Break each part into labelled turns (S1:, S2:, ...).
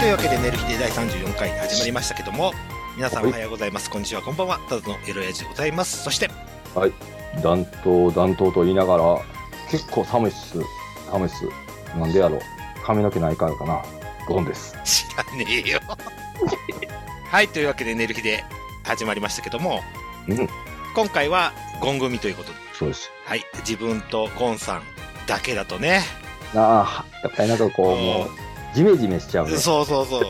S1: というわけで、寝る日で第34回始まりましたけども、皆さんおはようございます。こんにちは、こんばんは。ただのよろやじでございます。そして、
S2: 暖冬、暖冬と言いながら、結構寒いっす。寒いっす。なんでやろう。髪の毛ないからかな。ゴンです。
S1: 知らねえよ。はい、というわけで、寝る日で始まりましたけども、
S2: うん
S1: 今回はゴン組ということで、
S2: そうです。
S1: はい、自分とゴンさんだけだとね、
S2: ああ、やっぱりなんかこう、もう、ジメジメしちゃうね。
S1: そうそうそう。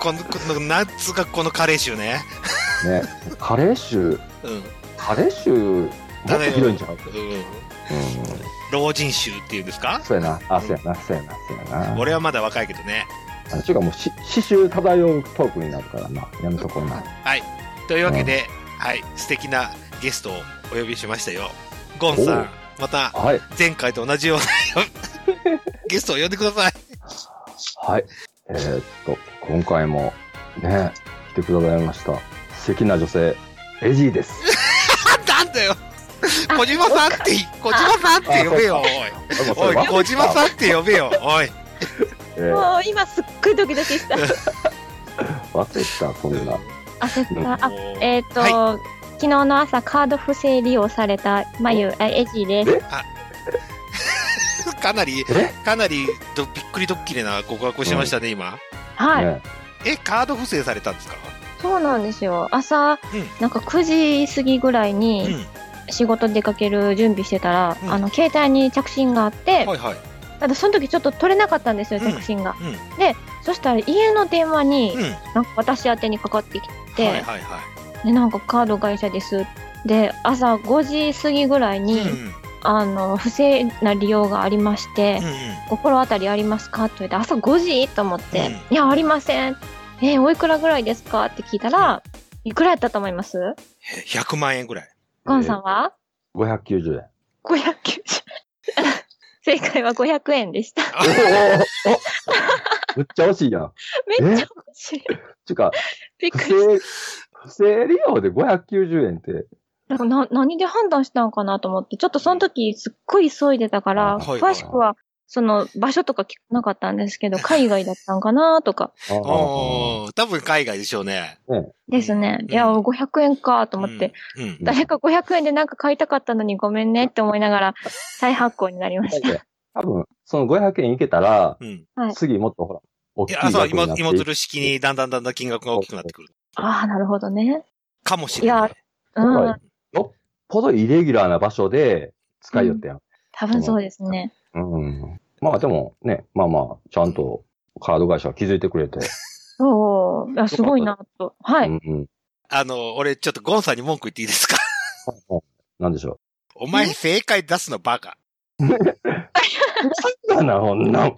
S1: この、この夏がこのカレー臭ね。
S2: ね。カレー臭、
S1: うん。うん。
S2: カレー臭、もっとひどいんちゃううん。
S1: 老人臭っていうんですか
S2: そうやな。あ、そうやな。そうやな。そうやな。
S1: 俺はまだ若いけどね。
S2: あていうかもう、し刺繍漂うトークになるからな。やめとこうな。
S1: というわけで、はい、素敵なゲストをお呼びしましたよ。ゴンさん、また
S2: はい。
S1: 前回と同じような ゲストを呼んでください。
S2: はい。えーっと、今回も、ね、来てくださいました。素敵な女性、エジーです。
S1: なんだよ小島さんって、小島さんって呼べよ、おい。おい、小島さんって呼べよ、おい。
S2: えー
S3: もう今すっごいドキドキ した。
S2: 忘れてた、こんな。
S3: 焦
S2: うん
S3: った。あ、えっ、と、昨日の朝カード不正利用された眉あエジです。
S1: かなり、
S2: え、
S1: かなりどびっくりドッキリな告白をしましたね、今。
S3: はい、
S2: ね、
S1: え、カード不正されたんですか
S3: そうなんですよ。朝、なんか9時過ぎぐらいうに
S1: ん。
S3: 仕事出かける準備してたら、
S1: うん
S3: あの携帯に着信があって、
S1: はいはい。
S3: ただその時ちょっと取れなかったんですよ
S1: うん
S3: 着信
S1: う
S3: が。
S1: ん。
S3: そしたら家の電話に、
S1: うん。
S3: なんか私宛てにかかってきて、
S1: はいはいは
S3: でなんかカード会社です。で朝5時過ぎぐらい
S1: い。
S3: に、
S1: うん。
S3: あの不正な利用がありまして。
S1: うんうん。
S3: 心当たりありますかって言われて朝5時と思って「
S1: う
S3: いやありません」えーおいくらぐらいですか?」って聞いたら「いくらやったと思います
S1: え100万円ぐらい。
S3: ゴンさんは
S2: 590円。
S3: ?590 正解は500円でした。
S2: おーおお めっちゃ惜しいやん。
S3: めっちゃ欲しい。
S2: ちゅうか、
S3: びっ
S2: 不
S3: くり
S2: 正、
S3: し
S2: 不正利用で590円って、
S3: た。なんかな何で判断したんかなと思って、ちょっとその時すっごい急いでたから、
S1: はい
S3: 詳しくはその場所とか聞かなかったんで すけど、海外だったんかなとか
S2: あー
S1: おー多分海外でしょうね。
S3: ですね。
S1: うん
S3: いや、500円かと思って、
S1: うん。うん。
S3: 誰か500円でなんか買いたかったのにごめんねって思いなが ら再発行になりました。
S2: 多分、その500円いけたら、
S1: うん。
S3: はい
S2: 次もっとほら、大き
S1: い
S2: い
S1: や、そう、
S2: 額に
S1: 今
S2: なっ、てい
S1: 今ずる式にだんだんだんだん金額が大きくなってくる。
S3: ああ、なるほどね。
S1: かもしれない。
S3: う
S2: は
S3: ん
S2: い。ほどイレギュラーな場所で使いよったやん。
S3: 多分そうですね。
S2: うん。まあでもね、まあまあ、ちゃんとカード会社は気づいてくれて。
S3: そう。いや、すごいなと。は
S2: う
S3: い。
S2: んうん。
S1: あの、俺ちょっとゴンさんに文句言っていい ですか
S2: なんでしょ
S1: お前正解出すのバカ。
S2: う。なんだな、こんなもん。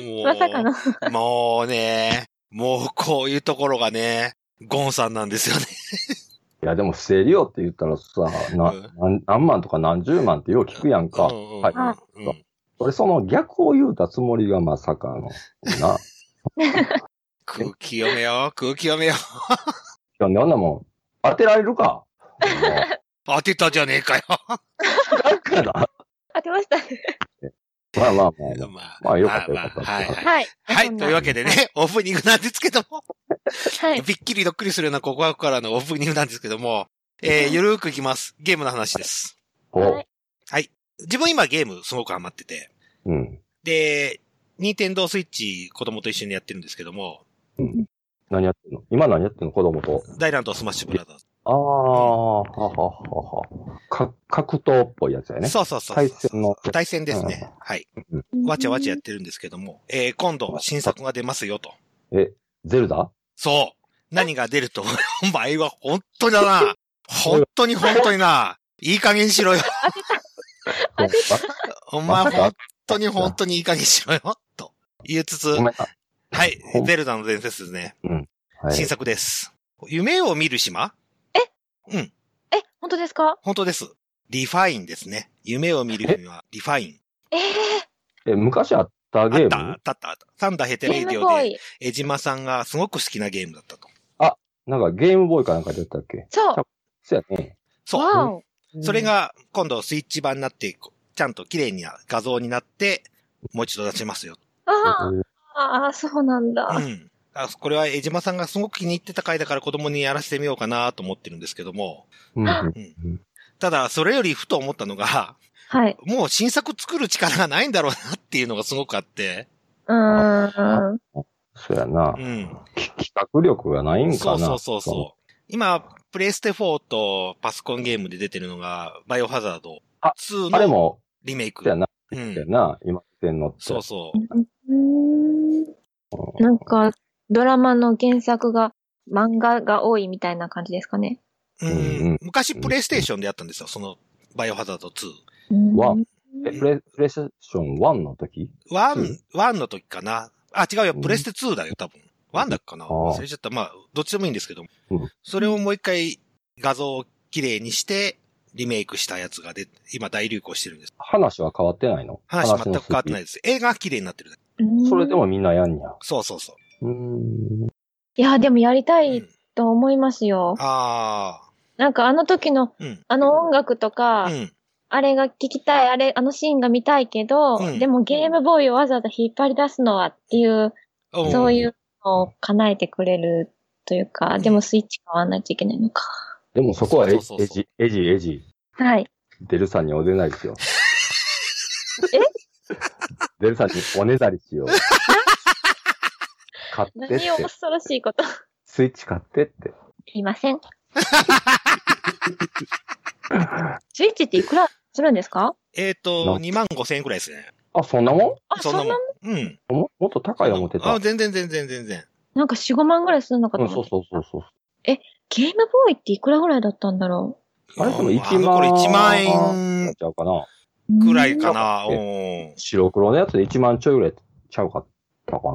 S1: もう
S3: まさか の。
S1: もうね、もうこういうところがね、ゴンさんなんですよね。
S2: いや、でも不正利用って言ったらさ、な、
S1: うん
S2: なん何万とか何十万ってよう聞くやんか。
S1: うんうん
S2: はい
S1: うん
S2: は俺、その逆を言うたつもりがまさかの。な。
S1: 空気読めよ、空気読めよ。
S2: いや、なんなもん、当てられるか。
S1: 当てたじゃねえかよ。
S2: なんかな。
S3: 当てました。
S2: まあまあまあまあ。
S1: まあ
S2: まあよかった
S1: まあ
S2: よかった
S1: はいはい。
S3: はい。
S1: はい、というわけで ね、オープニングなんですけども。
S3: はい。
S1: びっきりどっくりするような告白からのオープニングなんですけども、えー、ゆるーくいきます。ゲームの話です。
S2: お、
S1: 自分今ゲームすごくハマってて、
S2: うん。
S1: で、ニンテンドースイッチ子供と一緒にやってるんですけども、
S2: 何やってんの今何やってんの子供と。
S1: 大乱闘スマッシュブラザーズ。
S2: ああ、はははは。か、格闘っぽいやつやね。
S1: そうそうそう。
S2: 対戦の。
S1: 対戦ですね。はい。わちゃわちゃやってるんですけども、えー、今度新作が出ますよと。
S2: え、ゼル ダ
S1: そう。何が出ると、 お前は本当だな。本当に本当にな。いい加減にしろよ。
S2: ま
S1: お前
S2: まさ
S1: 本
S2: か、
S1: 当に本当にいい加減にしろよ。と言いつつ
S2: ご、めんな。
S1: はい
S2: ほ。ん
S1: ゼルダの伝説ですね。
S2: はい
S1: 新作です。夢を見る島
S3: え、本当ですか
S1: 本当です。リファインですね。夢を見る君はリファイン。
S3: ええ
S2: え、昔あった
S1: あ
S2: ゲ
S1: っ
S2: ー
S1: た、あ
S2: ム
S1: った、あったあった。サンダーヘテ
S3: ー、
S1: レイ
S3: ゲー
S1: ディ
S3: ム
S1: オ
S3: ボー
S1: で、
S3: イ。
S1: 江島さんがすごく好きなゲームだったと。
S2: なんかゲームボーイかなんか出てたっけ
S3: そう。
S2: そうやね。
S1: そう。
S3: わお。
S1: それが今度スイッチ版になって、こうちゃんと綺麗な画像になって、もう一度出せますよ。
S3: ああ。ああ、そうなんだ。
S1: うん。あこれは江島さんがすごく気に入ってた回だから子供にやらせてみようかなと思ってるんですけども、
S2: うんうん
S1: ただ、それよりふと思ったのが、
S3: はい。
S1: もう新作作る力がないんだろうなっていうのがすごくあって、
S3: うーん。
S2: そうやな
S1: う。ん。
S2: き企画力がないん
S1: そ
S2: か
S1: う
S2: な。
S1: そうそうそう。今、プレイステ4とパソコンゲームで出てるのが、バイオハザード
S2: あ
S1: 2
S2: あれ
S1: の
S2: も、
S1: リメイ
S2: そう
S1: ク
S2: や。な、
S1: う
S2: そうや
S1: ん。
S2: な、今言ってんのって。
S1: そうそう
S3: ーん
S2: う
S3: なんか、ドラマの原作が漫画が多いみたいな感じですかね。
S1: う。う
S2: うんうんん。
S1: 昔、プレイステーションでやったんですよ、その、バイオハザード2。
S2: わ
S3: うん
S2: えプレプレイステーション1の時
S1: ワ
S2: う
S1: ン
S2: ん、
S1: ワンの時かな。あ、違うよ。
S2: うん
S1: プレステ2だよ、多分。ワンだっけかな。
S2: あー
S1: 忘れちゃった。まあ、どっちでもいいんですけども
S2: うん。
S1: それをもう一回画像を綺麗にして、リメイクしたやつがで、今大流行してるんです。
S2: 話は変わってないの
S1: 話全く変わってない
S2: い。
S1: です。映画が綺麗になってるだけ。
S2: それでもみんなやんにゃ。
S1: そうそうそう
S2: ーん。
S3: いや、でもやりた
S1: う。う
S3: い
S1: ん
S3: と思いますよ。
S1: ああ。
S3: なんかあの時の、
S1: うん。
S3: あの音楽とか、
S1: うん。
S3: あれが聞きたい、あれ、あのシーンが見たいけど、
S1: うん
S3: でもゲームボーイをわざわざ引っ張り出すのはっていう、
S1: うん
S3: そういうのを叶えてくれるというか、
S1: うん
S3: でもスイッチ買わないといけないのか。
S2: でもそこはエ
S1: そ
S2: ジ
S1: う、そう
S2: エ
S1: そう
S2: ジ、エジ、エジ、
S3: はい。
S2: デルさんにおねだりしよう。デルさんにおねだりしよ う。買ってっ
S3: 何を
S2: て。
S3: 恐ろしいこと
S2: スイッチ買ってって。
S3: 言い ません。スイッチっていくらするんですか
S1: えっ
S2: な
S1: と、2万5千円くらいですね。
S2: あ、そんなも
S3: あ、そん
S1: ん
S3: な
S1: な
S3: もん
S1: もん。うん。
S2: んももっと高い思ってた。う
S1: あ、
S2: ん、
S1: 全然全然全然。
S3: なんか4、5万ぐらいするのかと
S2: そう
S3: 思った
S2: そうそうそう。
S3: ゲームボーイっていくらぐらいだったんだろ
S2: あれでも1
S1: あの
S2: 万
S1: 頃
S2: 円。
S1: 1万円
S2: ちゃうかな。
S3: う
S1: くらいか
S3: な。
S1: な。
S2: う
S1: うん。
S2: 白黒のやつで1万ちょいぐらいちゃうかったかな。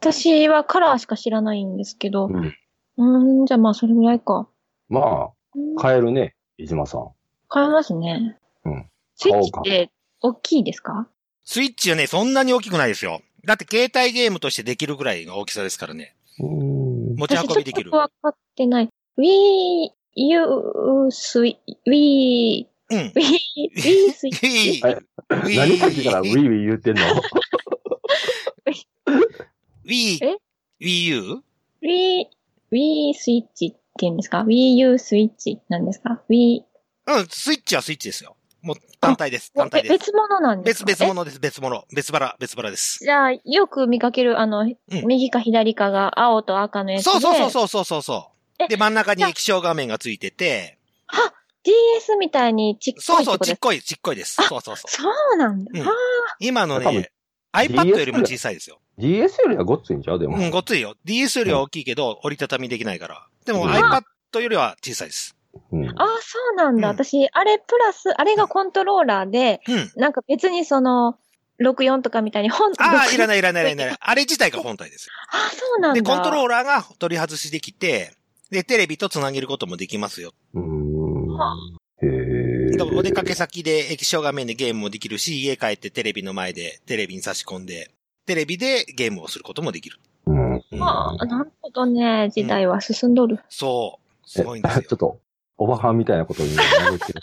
S3: 私はカラーしか知らないんですけど。
S2: うん。
S3: うーん、じゃあまあそれぐらいか。
S2: ま
S3: うん
S2: あ、買えるね、飯島さん。
S3: 買えますね。
S2: うん。
S3: スイッチって大きいですか
S1: スイッチはね、そんなに大きくないですよ。だって携帯ゲームとしてできるぐらいの大きさですからね。
S2: うーん。
S1: 持ち運びでき
S3: 私ちょっ
S1: る
S3: と。わかってない。Wii U スイ、Wii、
S1: うん。
S3: Wii、Wii スイッチ。
S2: え何さ っきからウィー
S1: Wii
S2: ウィー言ってんの
S1: Wii
S3: え
S1: Wii U?
S3: Wii、Wii スイッチって言うんですか ?Wii U スイッチなんですか ?Wii、
S1: うん、スイッチはスイッチですよ。もう単体です。単体
S3: べ
S1: です。
S3: 別物なんです
S1: 別、
S3: か
S1: 別物です。別物。別腹、別腹です。
S3: じゃあ、よく見かける、あの、右か左かが青と赤のやつで。
S1: そうそうそうそうそうそう。
S3: え
S1: で、真ん中に
S3: じゃあ
S1: 液晶画面がついてて、
S3: DS みたいにちっこ
S1: そ
S3: いうっ
S1: そ
S3: て
S1: う、
S3: こと
S1: ち
S3: で
S1: っ
S3: す
S1: こい、ちっこいです。そうそうそう。
S3: そうなんだ。
S1: うん
S3: あ
S1: 今の
S2: 多分
S1: ね、iPad よりも小さいですよ。
S2: ?DS よりはごっついんちゃうでも。
S1: うん、ごっついよ。DS よりは大きいけど、折りたたみできないから。でも
S2: うん
S1: iPad よりは小さいです。
S2: うん
S3: あー、そうなんだ。
S1: うん
S3: 私、あれプラス、あれがコントローラーで、
S1: うん。
S3: なんか別にその、64とかみたいに本、
S1: ああ、いらな
S3: ない。
S1: いいらないいらない。あれ自体が本体です。
S3: あーそうなんだ。
S1: で、コントロ
S3: ー
S1: ーラーが取り外しできて、で、テレビとつなげることもできますよ。
S2: う
S3: は
S2: ーん。へ
S1: だ
S2: え。
S1: からお出かけ先で液晶画面でゲームもできるし、家帰ってテレビの前でテレビに差し込んで、テレビでゲームをすることもできる。
S2: うん。
S3: まあ、なるほどね。時代は進んどる。
S1: そう。すごいんです
S2: え ちょ
S1: よ
S2: っ。と、おばはんみたいなことにな るけど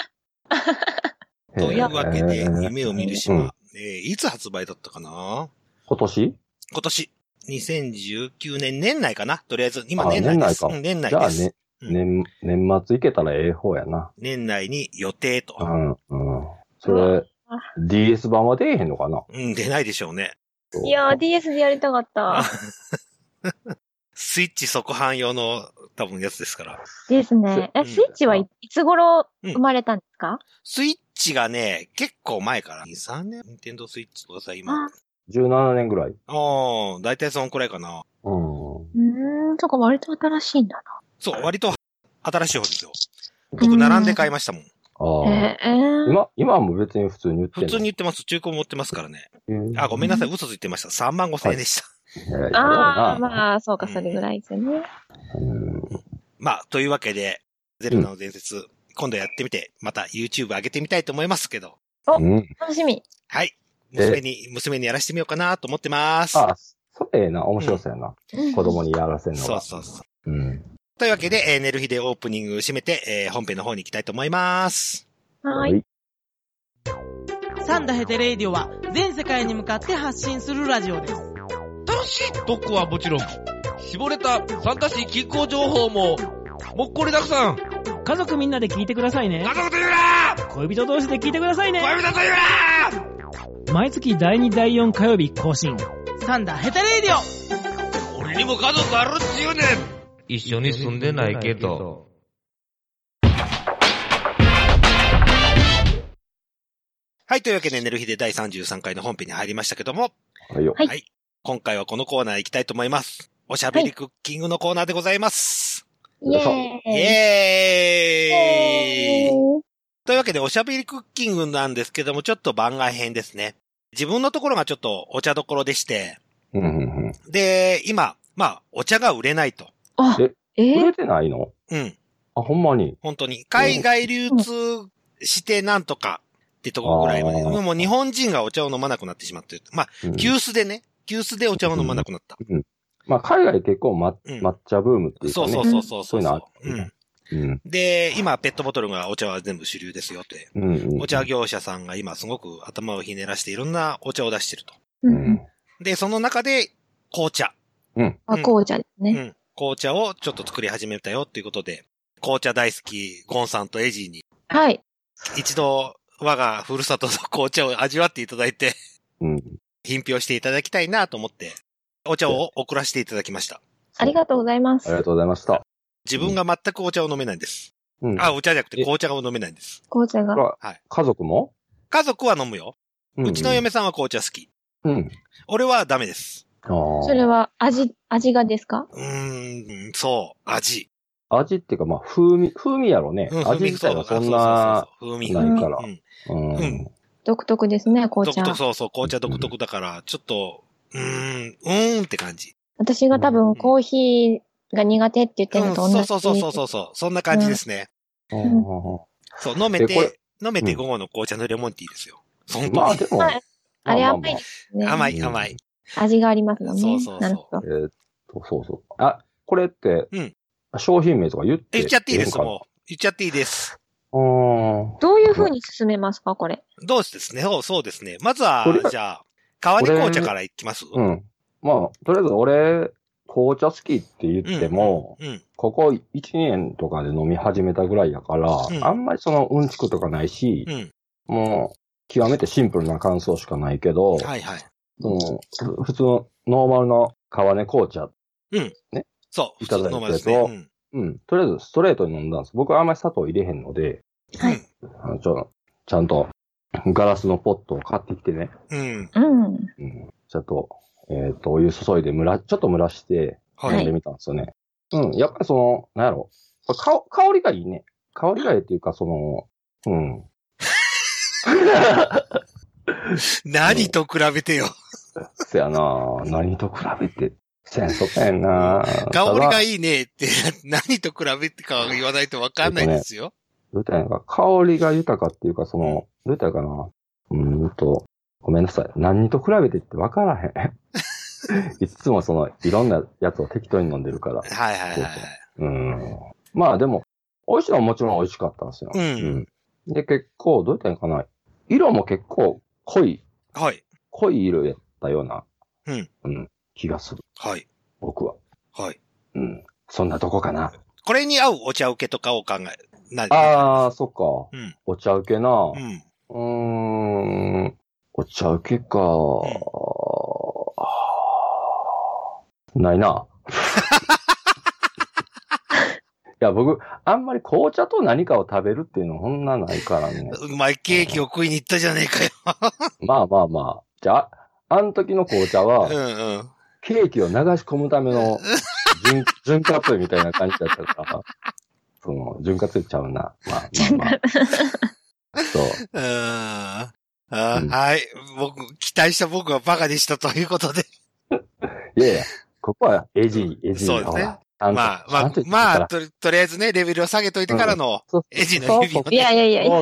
S2: へー
S1: というわけで、夢を見る島、
S2: うん
S1: えーいつ発売だったかな
S2: 今年
S1: 今年、2019年年内かなとりあえず、今
S2: あ
S1: 年内です。
S2: 年内か
S1: うん年内
S2: じゃあ
S1: です。
S2: ね、
S1: うん
S2: 年、年末いけたらええ方やな。
S1: 年内に予定と
S2: う。ん、うん。それ
S3: あ、
S2: DS 版は出えへんのかな
S1: うん、出ないでしょうね。
S3: いやー、DS でやりたかった。
S1: スイッチ即販用の多分やつですから。
S3: ですね。
S1: う
S3: え、
S1: ん
S3: スイッチはいいつ頃
S1: うん
S3: 生まれたんですか、
S1: スイッチがね、結構前から、2、3年ニンテンドースイッチとかさ、今。
S3: あ
S1: あ
S2: ?17 年ぐらい。
S1: あ、だいたいそんくらいかな。
S2: うん。
S3: うーん、そこ割と新しいんだ
S1: そう、割と新しい方ですよ。僕、並んで買いましたもん。
S2: あ
S3: な。
S2: あ。
S3: えー、えー
S2: 今、今も別に普通に売っ
S1: 普
S2: てんの
S1: 通に言ってます。中古持ってますからね。
S2: うん
S1: あ、ごめんなさい。嘘ついてました。3万5千円でした。
S2: い
S3: ああ、
S2: あ。
S3: まあ、そうか、それぐらいですよね。
S2: うん
S1: まあ、というわけで、ゼルダの伝説、今度やってみて、また YouTube 上げてみたいと思いますけど。
S2: うん。
S3: 楽しみ。
S1: はい。
S2: え
S1: 娘に、娘にやらしてみようかなと思ってます。
S2: あ、それええな。面白そうやな。子供
S3: に。
S2: にやらせるの
S1: そう
S2: が。
S1: そうそう。
S2: うん。
S1: というわけで、えー、寝る日でオープニング締めて、えー本編の方に行きたいと思います。
S3: はい。
S2: い。
S4: サンダヘテレイディオは全世界に向かって発信するラジオです。トックはもちろん、絞れた三田市近郊情報も、もっこりたくさん。
S5: 家族みんなで聞いてくださいね
S4: 家。族と言うな
S5: 恋人同士で聞いてくださいね。
S4: 恋人と言うな
S5: 毎月第2、第4火曜日更新。
S6: サンダーヘタレーディオ
S4: 俺にも家族あるっちゅうねん一緒に住んでないけど。
S1: はい、というわけで、寝る日で第33回の本編に入りましたけども、
S2: はいよ。
S3: はい
S1: 今回はこのコーナー行きたいと思います。おしゃべりクッキングのコーナーでございます。
S3: イェ
S1: イ
S3: ーイ。
S1: エーイ
S3: ーイ。
S1: というわけで、おしゃべりクッキングなんですけども、ちょっと番外編ですね。自分のところがちょっとお茶どころでして、
S2: うんうんうん。
S1: で、今、まあ、お茶が売れないと。
S3: あ、え
S2: 売
S3: ー
S2: れてないの
S1: うん、
S2: あ、ほんまに。
S1: 本当に。海外流通してなんとかってとこぐらいまで。
S2: あー
S1: もう日本人がお茶を飲まなくなってしまってる。まあ、
S2: うん
S1: 急須でね、急須でお茶を飲まなくなった。
S2: まあ、海外結構、ま、
S1: うん
S2: 抹茶ブームっていう
S1: そ
S2: か
S1: う
S2: ね。
S1: そうそうそう
S2: そういうのあった
S1: う
S2: よ
S1: ん
S2: ね。うん。
S1: で、今、ペットボトルがお茶は全部主流ですよって。
S2: うんうん。
S1: お茶業者さんが今すごく頭をひねらしていろんなお茶を出してると。
S3: う
S2: うんん。
S1: で、その中で、紅茶。
S3: あ、こうじゃん
S1: う
S3: ね。
S1: ん。紅茶をちょっと作り始めたよっていうことで、紅茶大好き、ゴンさんとエイジーに、
S3: はい。
S1: 一度、我がふるさとの紅茶を味わっていただいて、
S2: うん。
S1: 品評していただきたいなと思って、お茶を送らせていただきました。
S3: ありがとうございま
S2: あ
S3: す
S2: り。がとうございました。
S1: 自分が全くお茶を飲めないんです。
S2: うん。
S1: あ、お茶じゃなくて
S2: え
S1: 紅茶が飲めないんです。
S3: 紅茶が。
S2: 家族も
S1: 家族は飲むよ。うちの。嫁さんは紅茶好き。
S2: んうん。
S1: 俺はダメです。
S2: ああ。
S3: それは味、味がですか
S1: うーん、そう、味。
S2: 味っていうか、まあ、風味、風味やろね。
S1: うん、
S2: 味自体はそんな、
S1: 風味、
S2: ないから
S1: うん。
S2: う
S1: 味
S2: ん。
S3: 独特ですね、紅
S1: 独
S3: 茶
S1: 特、。そうそう、紅茶独特だから、ちょっと、うーん、うーんって感じ。
S3: 私が多分コーヒーが苦手って言ってる
S1: う
S3: の
S1: ん、
S3: と
S1: そ
S3: 同じ。
S1: うそうそうそうそうそう、そんな感じですね。そう、飲め
S2: えこれ
S1: て、飲めて
S2: うん
S1: 午後の紅茶のレモンティーですよ。本
S2: ま
S1: 当
S2: あ
S1: に。
S2: でも、
S3: はいあれ
S2: ま
S3: 甘いですね。
S1: 甘い、甘い。
S3: 味がありますもんね。
S1: そうそうそう
S3: なるほど
S2: え。ーっと、そうそう。あ、これって、
S1: うん
S2: 商品名とか言って
S1: 言っちゃっていいです、
S2: も
S1: もう。言っちゃっていいです。
S2: う。う
S3: どういう風に進めますか、これ。
S1: どうしてですね、そうそうですね。まずは
S2: これ、
S1: じゃあ、川根紅茶からいきます
S2: ーん。うん。まあ、とりあえず俺、紅茶好きって言っても、
S1: うん。
S2: ここ1年とかで飲み始めたぐらいやから、
S1: うん
S2: あんまりそのうんちくとかないし
S1: う、ん。
S2: もう、極めてシンプルな感想しかないけど、
S1: はいはい。
S2: その普通のノーマルの川根紅茶、
S1: そう、
S2: いただいたやつを
S1: 普通の前ですね。うん
S2: うん、とりあえずストレートに飲んだんです。僕はあんまり砂糖入れへんので、
S3: はい。
S2: あのちょちゃんとガラスのポットを買ってきてね、
S1: うん。
S3: うん。
S2: うん、ちゃんと、えっ、と、お湯注いで蒸ら、ちょっと蒸らして
S1: は
S2: 飲ん
S1: い。
S2: でみたんですよね。うん、やっぱりその、なんやろ、やっぱ香香りがいいね。香りがいいっていうか、その、うん。
S1: 何と比べてよ。
S2: せやな何と比べて、せやんそっかやんな
S1: 香り
S2: ただ
S1: がいいねって、 何と比べてかは言わないとわかんないですよ。
S2: どう言ったらいいのか、香りが豊かっていうか、その、どう言ったらいいかな。うーんと、ごめんなさい。何と比べてって分からへ ん。いつもその、いろんなやつを適当に飲んでるから。
S1: はいはいはいはい。
S2: うん。まあでも、美味しいのはもちろん美味しかったんですよ。
S1: うん
S2: うんで、結構、どう言ったらいいのかな。色も結構濃い、
S1: はい。
S2: 濃い色やったような、
S1: うん。
S2: うん。気がする。
S1: はい。
S2: 僕は。
S1: はい。
S2: うん。そんなとこかな。
S1: これに合うお茶受けとかを考え、な
S2: ああ、そっ
S1: う
S2: か。
S1: ん
S2: お茶受けな。
S1: うん。
S2: うーん。お茶受けか。ないな。 いや、僕、あんまり紅茶と何かを食べるっていうのそんなないからね。
S1: うまいケーキを食いに行ったじゃねえかよ。
S2: まあまあまあ。じゃあ、あの時の紅茶は
S1: う、んうん。
S2: ケーキを流し込むための潤、潤滑油みたいな感じだったから、その、潤滑油ちゃうな。まあまあまあ。そう。
S1: うーん。あー
S2: うん
S1: はい。僕、期待した僕はバカでしたということで。
S2: いやいや、ここはエジー、エジー。
S1: そうですね
S2: ほら。
S1: まあ、まあ、まあ、とり、とりあえずね、レベルを下げといてからの、
S2: あ
S1: エジの指を
S3: いやいやいやいや。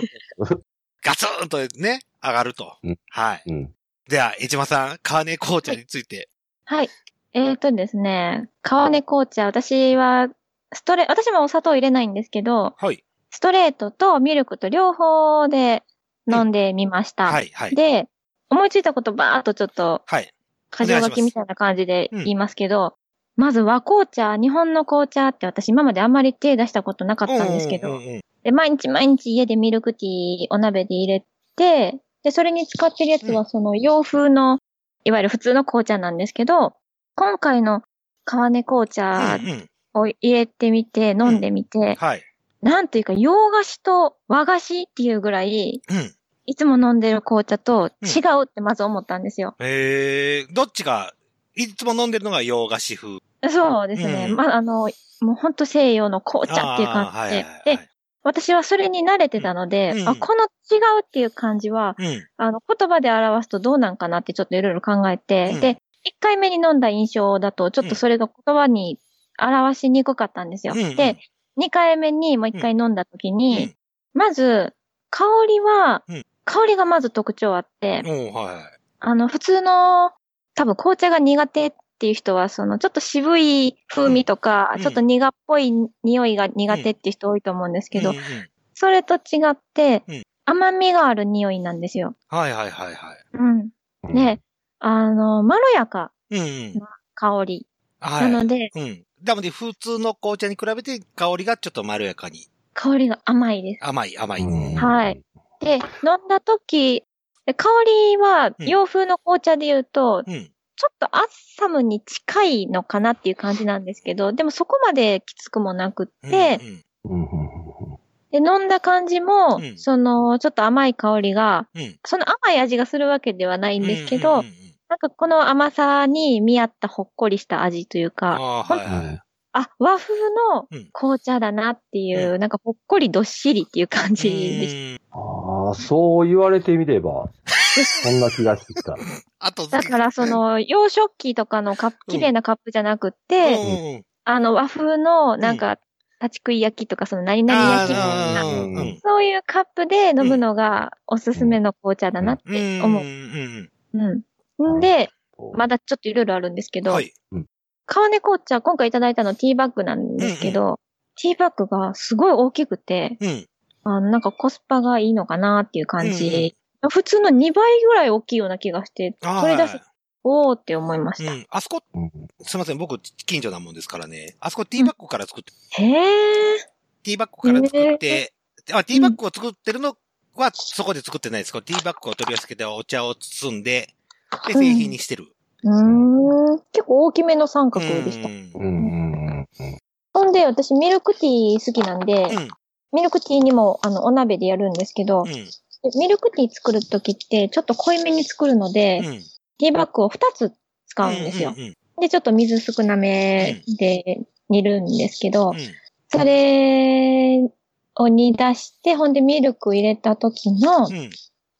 S1: ガツンとね、上がると
S2: うん。
S1: はい。
S2: うん。
S1: では、江島さん、カーネ紅茶について。
S3: はい。えー、とですね、川根紅茶、私は、ストレ、私もお砂糖入れないんですけど、
S1: はい。
S3: ストレートとミルクと両方で飲んでみました。
S1: はい、はい。
S3: で、思いついたことばーっとちょっと
S1: はい。
S3: 箇条書きみたいな感じで
S1: うん
S3: 言いますけど、まず和紅茶、日本の紅茶って私今まであんまり手出したことなかったんですけど、
S1: うんうんうん
S3: で、毎日毎日家でミルクティーお鍋で入れて、で、それに使ってるやつ
S1: う
S3: はその洋風の、いわゆる普通の紅茶なんですけど、今回の川根紅茶
S1: うんうん
S3: を入れてみて、飲んでみて、
S1: はい。
S3: なんというか洋菓子と和菓子っていうぐらい、
S1: うん。
S3: いつも飲んでる紅茶と違うってまず思ったんですよ。
S1: えー、どっちが、いつも飲んでるのが洋菓子風。
S3: そうですね。
S1: うん
S3: まあ、あの、もうほんと西洋の紅茶っていう
S1: あ
S3: 感
S1: ー
S3: じ
S1: はい
S3: で、
S1: はいは
S3: で、
S1: い
S3: 私はそれに慣れてたので、
S1: うんうん
S3: あこの違うっていう感じは、
S1: うん。
S3: あの、言葉で表すとどうなんかなってちょっといろいろ考えて、
S1: うん
S3: で、一回目に飲んだ印象だと、ちょっとそれが言葉に表しにくかったんですよ。
S1: うんうん
S3: で、二回目にもう一回飲んだ時に、
S1: うん
S3: まず、香りは、
S1: うん
S3: 香りがまず特徴あって、
S1: うん、は
S3: あの、普通の、多分紅茶が苦手っていう人は、その、ちょっと渋い風味とか、
S1: うん
S3: ちょっと苦っぽい匂いが苦手っていう人多いと思うんです
S1: い。
S3: けど、
S1: うんうん
S3: それと違って、
S1: うん
S3: 甘みがある匂いなんですよ。
S1: はいはいはいは
S3: うん。
S2: うん
S3: で、あの、まろやか
S1: い。うんうん。
S3: 香り。
S1: は。
S3: ないので、
S1: うん。なので、普通の紅茶に比べて香りがちょっとまろやかに。
S3: 香りが甘いです。
S1: 甘い、甘い。
S2: うん
S3: はい。で、飲んだ時、で香りは
S1: うん
S3: 洋風の紅茶で言うと、
S1: うん。
S3: ちょっとアッサムに近いのかなっていう感じなんですけど、でもそこまできつくもなく
S1: うん
S3: って
S1: う、ん
S2: うんうんうん
S3: で、飲んだ感じも、
S1: うん
S3: その、ちょっと甘い香りが、
S1: うん
S3: その甘い味がするわけではないんですけ
S1: う
S3: ど、
S1: んうんうんうん
S3: なんかこの甘さに見合ったほっこりした味というか、
S1: あーはいはいはい。
S3: あ、和風の
S1: うん
S3: 紅茶だなっていう、なんかほっこりどっしりっていう感じでし
S1: うん
S2: ああ、そう言われてみれば、そんな気がして きた。
S1: あと、
S3: た。だからその洋食器とかのカップ、綺麗なカップじゃなくって、
S1: うんうんうん
S3: あの和風のなんか立ち食い焼きとかその何々焼きみたい
S1: あ
S3: な、
S1: ーうんうんうん
S3: そういうカップで飲むのがおすすめの紅茶だなって思う。
S1: んん
S3: うん。んで、
S2: そう
S3: まだちょっといろいろあるんですけ
S1: うん
S3: ど、
S1: はい。
S3: 川根紅茶今回いただいたのティーバッグなんですけど、ティーバッグがすごい大きくて、
S1: うん。
S3: あなんかコスパがいいのかなっていう感
S1: うんうん
S3: じ。普通の2倍ぐらい大きいような気がして、
S1: あー
S3: それ出す
S1: は
S3: おーって思いまし
S1: いは
S3: た。
S1: いうん。あそこ、
S2: うん
S1: すいません、僕、近所なもんですからね。あそこティーバッグから作って、
S3: へー。
S1: ティーバッグから作って、あ、ティーバッグを作ってるのは、そこで作ってないです。こうティーバッグを取り寄せてお茶を包んで、で、製品にしてる。
S3: うーん。結構大きめの三角でした
S1: う。ん
S2: うんうんうんうん。
S3: ほんで、私ミルクティー好きなんで、
S1: うん。
S3: ミルクティーにもあのお鍋でやるんですけ
S1: う
S3: ど、
S1: ん。
S3: ミルクティー作るときってちょっと濃いめに作るので、
S1: うん。
S3: ティーバッグを2つ使うんですよ。
S1: うんうん
S3: で、ちょっと水少なめで煮るんですけど、
S1: うん。
S3: それを煮出して、ほんでミルク入れた時の
S1: う、ん。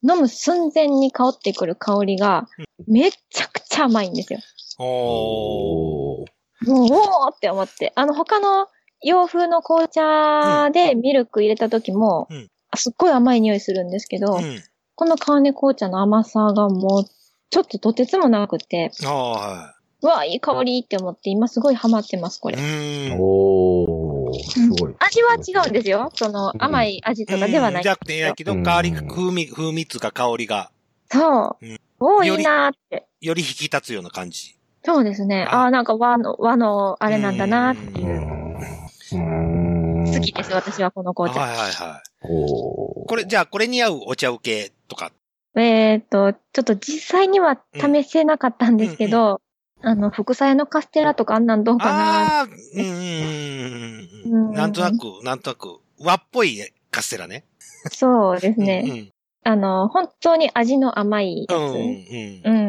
S3: 飲む寸前に香ってくる香りが、めちゃくちゃ甘いんですよ。
S1: おー。
S2: おー。
S3: もう、おーって思って。あの、他の洋風の紅茶でミルク入れた時も、
S1: うん
S3: すっごい甘い匂いするんですけど、
S1: うん。
S3: このカーネ紅茶の甘さがもう、ちょっととてつもなくて、
S1: ああ、は
S3: うわ、いい香りって思って、今すごいハマってます、こ
S1: い。う。
S3: れ
S1: ーん。
S2: おー。すごい。
S3: 味は違うんですよ。その、
S2: ん
S3: 甘い味とかでは
S1: う
S3: な
S1: ん
S3: い
S1: じ。ゃなくてないけど、
S2: うん
S1: 香りが、風味、風味っつうか香りが、
S3: そう
S1: うん。
S3: おー
S1: よ
S3: い
S1: り
S3: いなーって。
S1: より引き立つような感じ。
S3: そうですね。
S1: あ
S3: ああー、なんか和の、和のあれなんだなーって。
S1: て
S2: うーん。うーん
S3: 好きです、私はこの紅
S1: はい
S3: 茶。
S1: はいはい。
S2: おー。
S1: これ、じゃあ、これに合うお茶受けとか。
S3: えーっと、ちょっと実際には試せなかったんですけど、あの、副菜のカステラとかあんなんどうかなー
S1: ああー、うー。
S3: うんん
S1: なんとなく、なんとなく、和っぽいカステラね。
S3: そうです
S1: うんう
S3: ね。
S1: ん。
S3: あの、本当に味の甘いや
S1: うん
S3: つ。
S1: う。
S3: うん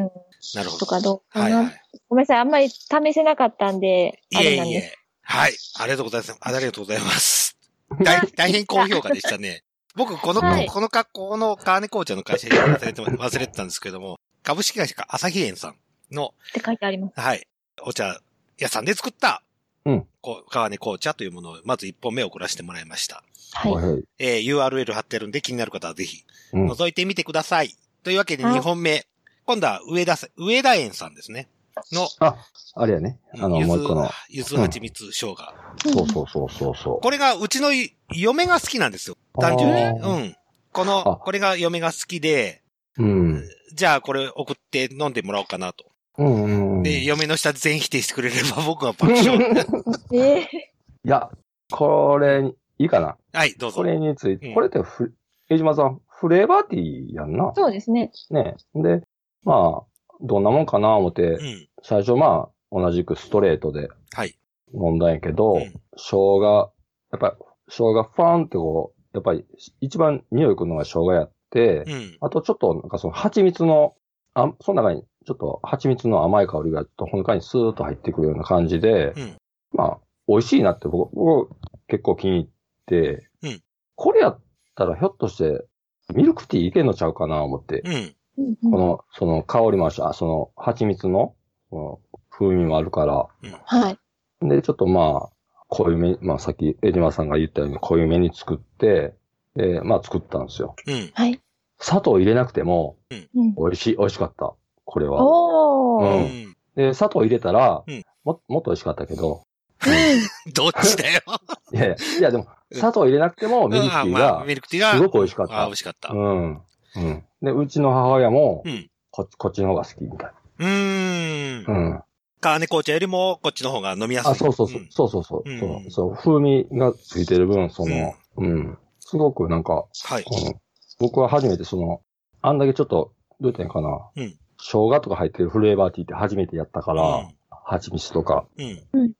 S3: ん。
S1: なるほ
S3: と
S1: ど。
S3: かどうか
S1: はい
S3: な。
S1: はい。
S3: ごめんなさい、あんまり試せなかったんで、あ
S1: い
S3: れ
S1: え
S3: なん
S1: い
S3: です。
S1: え。はい。ありがとうございます。あありがとうございます。大大変高評価でしたね。僕、この、
S3: はい
S1: この格好のカーネ紅茶の会社に忘れて、忘れてたんですけども、株式会社朝日園さんの、
S3: って書いてあります。
S1: はい、お茶屋さんで作った、
S2: うん
S1: こう。カーネ紅茶というものを、まず1本目を送らせてもらいました。
S3: はい。
S2: はいはい。
S1: えー URL 貼ってるんで気になる方はぜひ、
S2: うん
S1: 覗いてみてください。というわけで
S3: はい
S1: 2本目。今度は上田さん、上田園さんですね。の、
S2: あ、あれやね。あの、
S1: ゆ
S2: もう
S1: ず
S2: 一個の。、
S1: ゆず蜂蜜生姜。
S2: そうそうそうそうそう。
S1: これがうちのい嫁が好きなんですよ。単純に。うん。この
S2: あ、
S1: これが嫁が好きで、
S2: うん。
S1: じゃあこれ送って飲んでもらおうかなと。
S2: うんうんうん。
S1: で、
S2: い
S1: 嫁の下全否定してくれれば 僕は爆笑。
S3: え
S2: や、これ、いいかな。
S1: はい、どうぞ
S2: こ。れについ
S1: うん
S2: て、これってふ、江島さん、フレーバーティーやんな。
S3: そうですね。
S2: ね。で、まあ、どんなもんかな思っ
S1: う
S2: て、
S1: ん。
S2: 最初まあ、同じくストレートで
S1: はい。
S2: 飲んだんやけど、
S1: うん
S2: 生姜、やっぱり、生姜ファーンってこう、やっぱり一番匂いくるのが生姜やって、
S1: うん。
S2: あとちょっとなんかその蜂蜜の、あその中にちょっと蜂蜜の甘い香りがちょっとほのかにスーッと入ってくるような感じで、
S1: うん
S2: まあ、美味しいなって僕、僕結構気に入って、
S1: うん
S2: これやったらひょっとしてミルクティーいけんのちゃうかな思って、
S1: うん。
S3: うん
S2: こ
S3: うん
S2: の、その香りもあるし、あその蜂蜜のその風味もあるから、
S3: はい。
S2: で、ちょっとまあ、濃いめ、まあさっき江島さんが言ったように濃いめに作って、で、まあ作ったんですよ。
S1: うん。
S3: はい。
S2: 砂糖入れなくても
S3: うん。
S2: 美味しい、美味しかった。これは。
S3: お
S1: う
S3: ー。
S1: ん。
S2: で、砂糖入れたら、
S1: うん
S2: も、もっと美味しかったけど、
S1: どっちだよ。
S2: いやいや、いやでも、砂糖入れなくて もミルクテ
S1: あ
S2: ィー
S1: まあ
S2: が
S1: ミルクティーが。
S2: すごく美味しかっ
S1: あ、
S2: た
S1: 美。味しかった。
S2: うん。うん。で、うちの母親も、
S1: うん
S2: こっち、こっちの方が好きみたいう
S1: ーん
S2: な。。うん。
S1: カーネ紅茶よりもこっちの方が飲みやすい。
S2: あ、そうそうそう、
S1: ん
S2: そうそうそう、
S1: うん
S2: そう。そう、風味がついてる分、その、うん。すごくなんか、
S1: はい。
S2: この僕は初めてその、あんだけちょっと、どう言ったらいいのかな。
S1: うん
S2: 生姜とか入ってるフレーバーティーって初めてやったから、
S1: うん
S2: 蜂蜜とか。
S1: うん。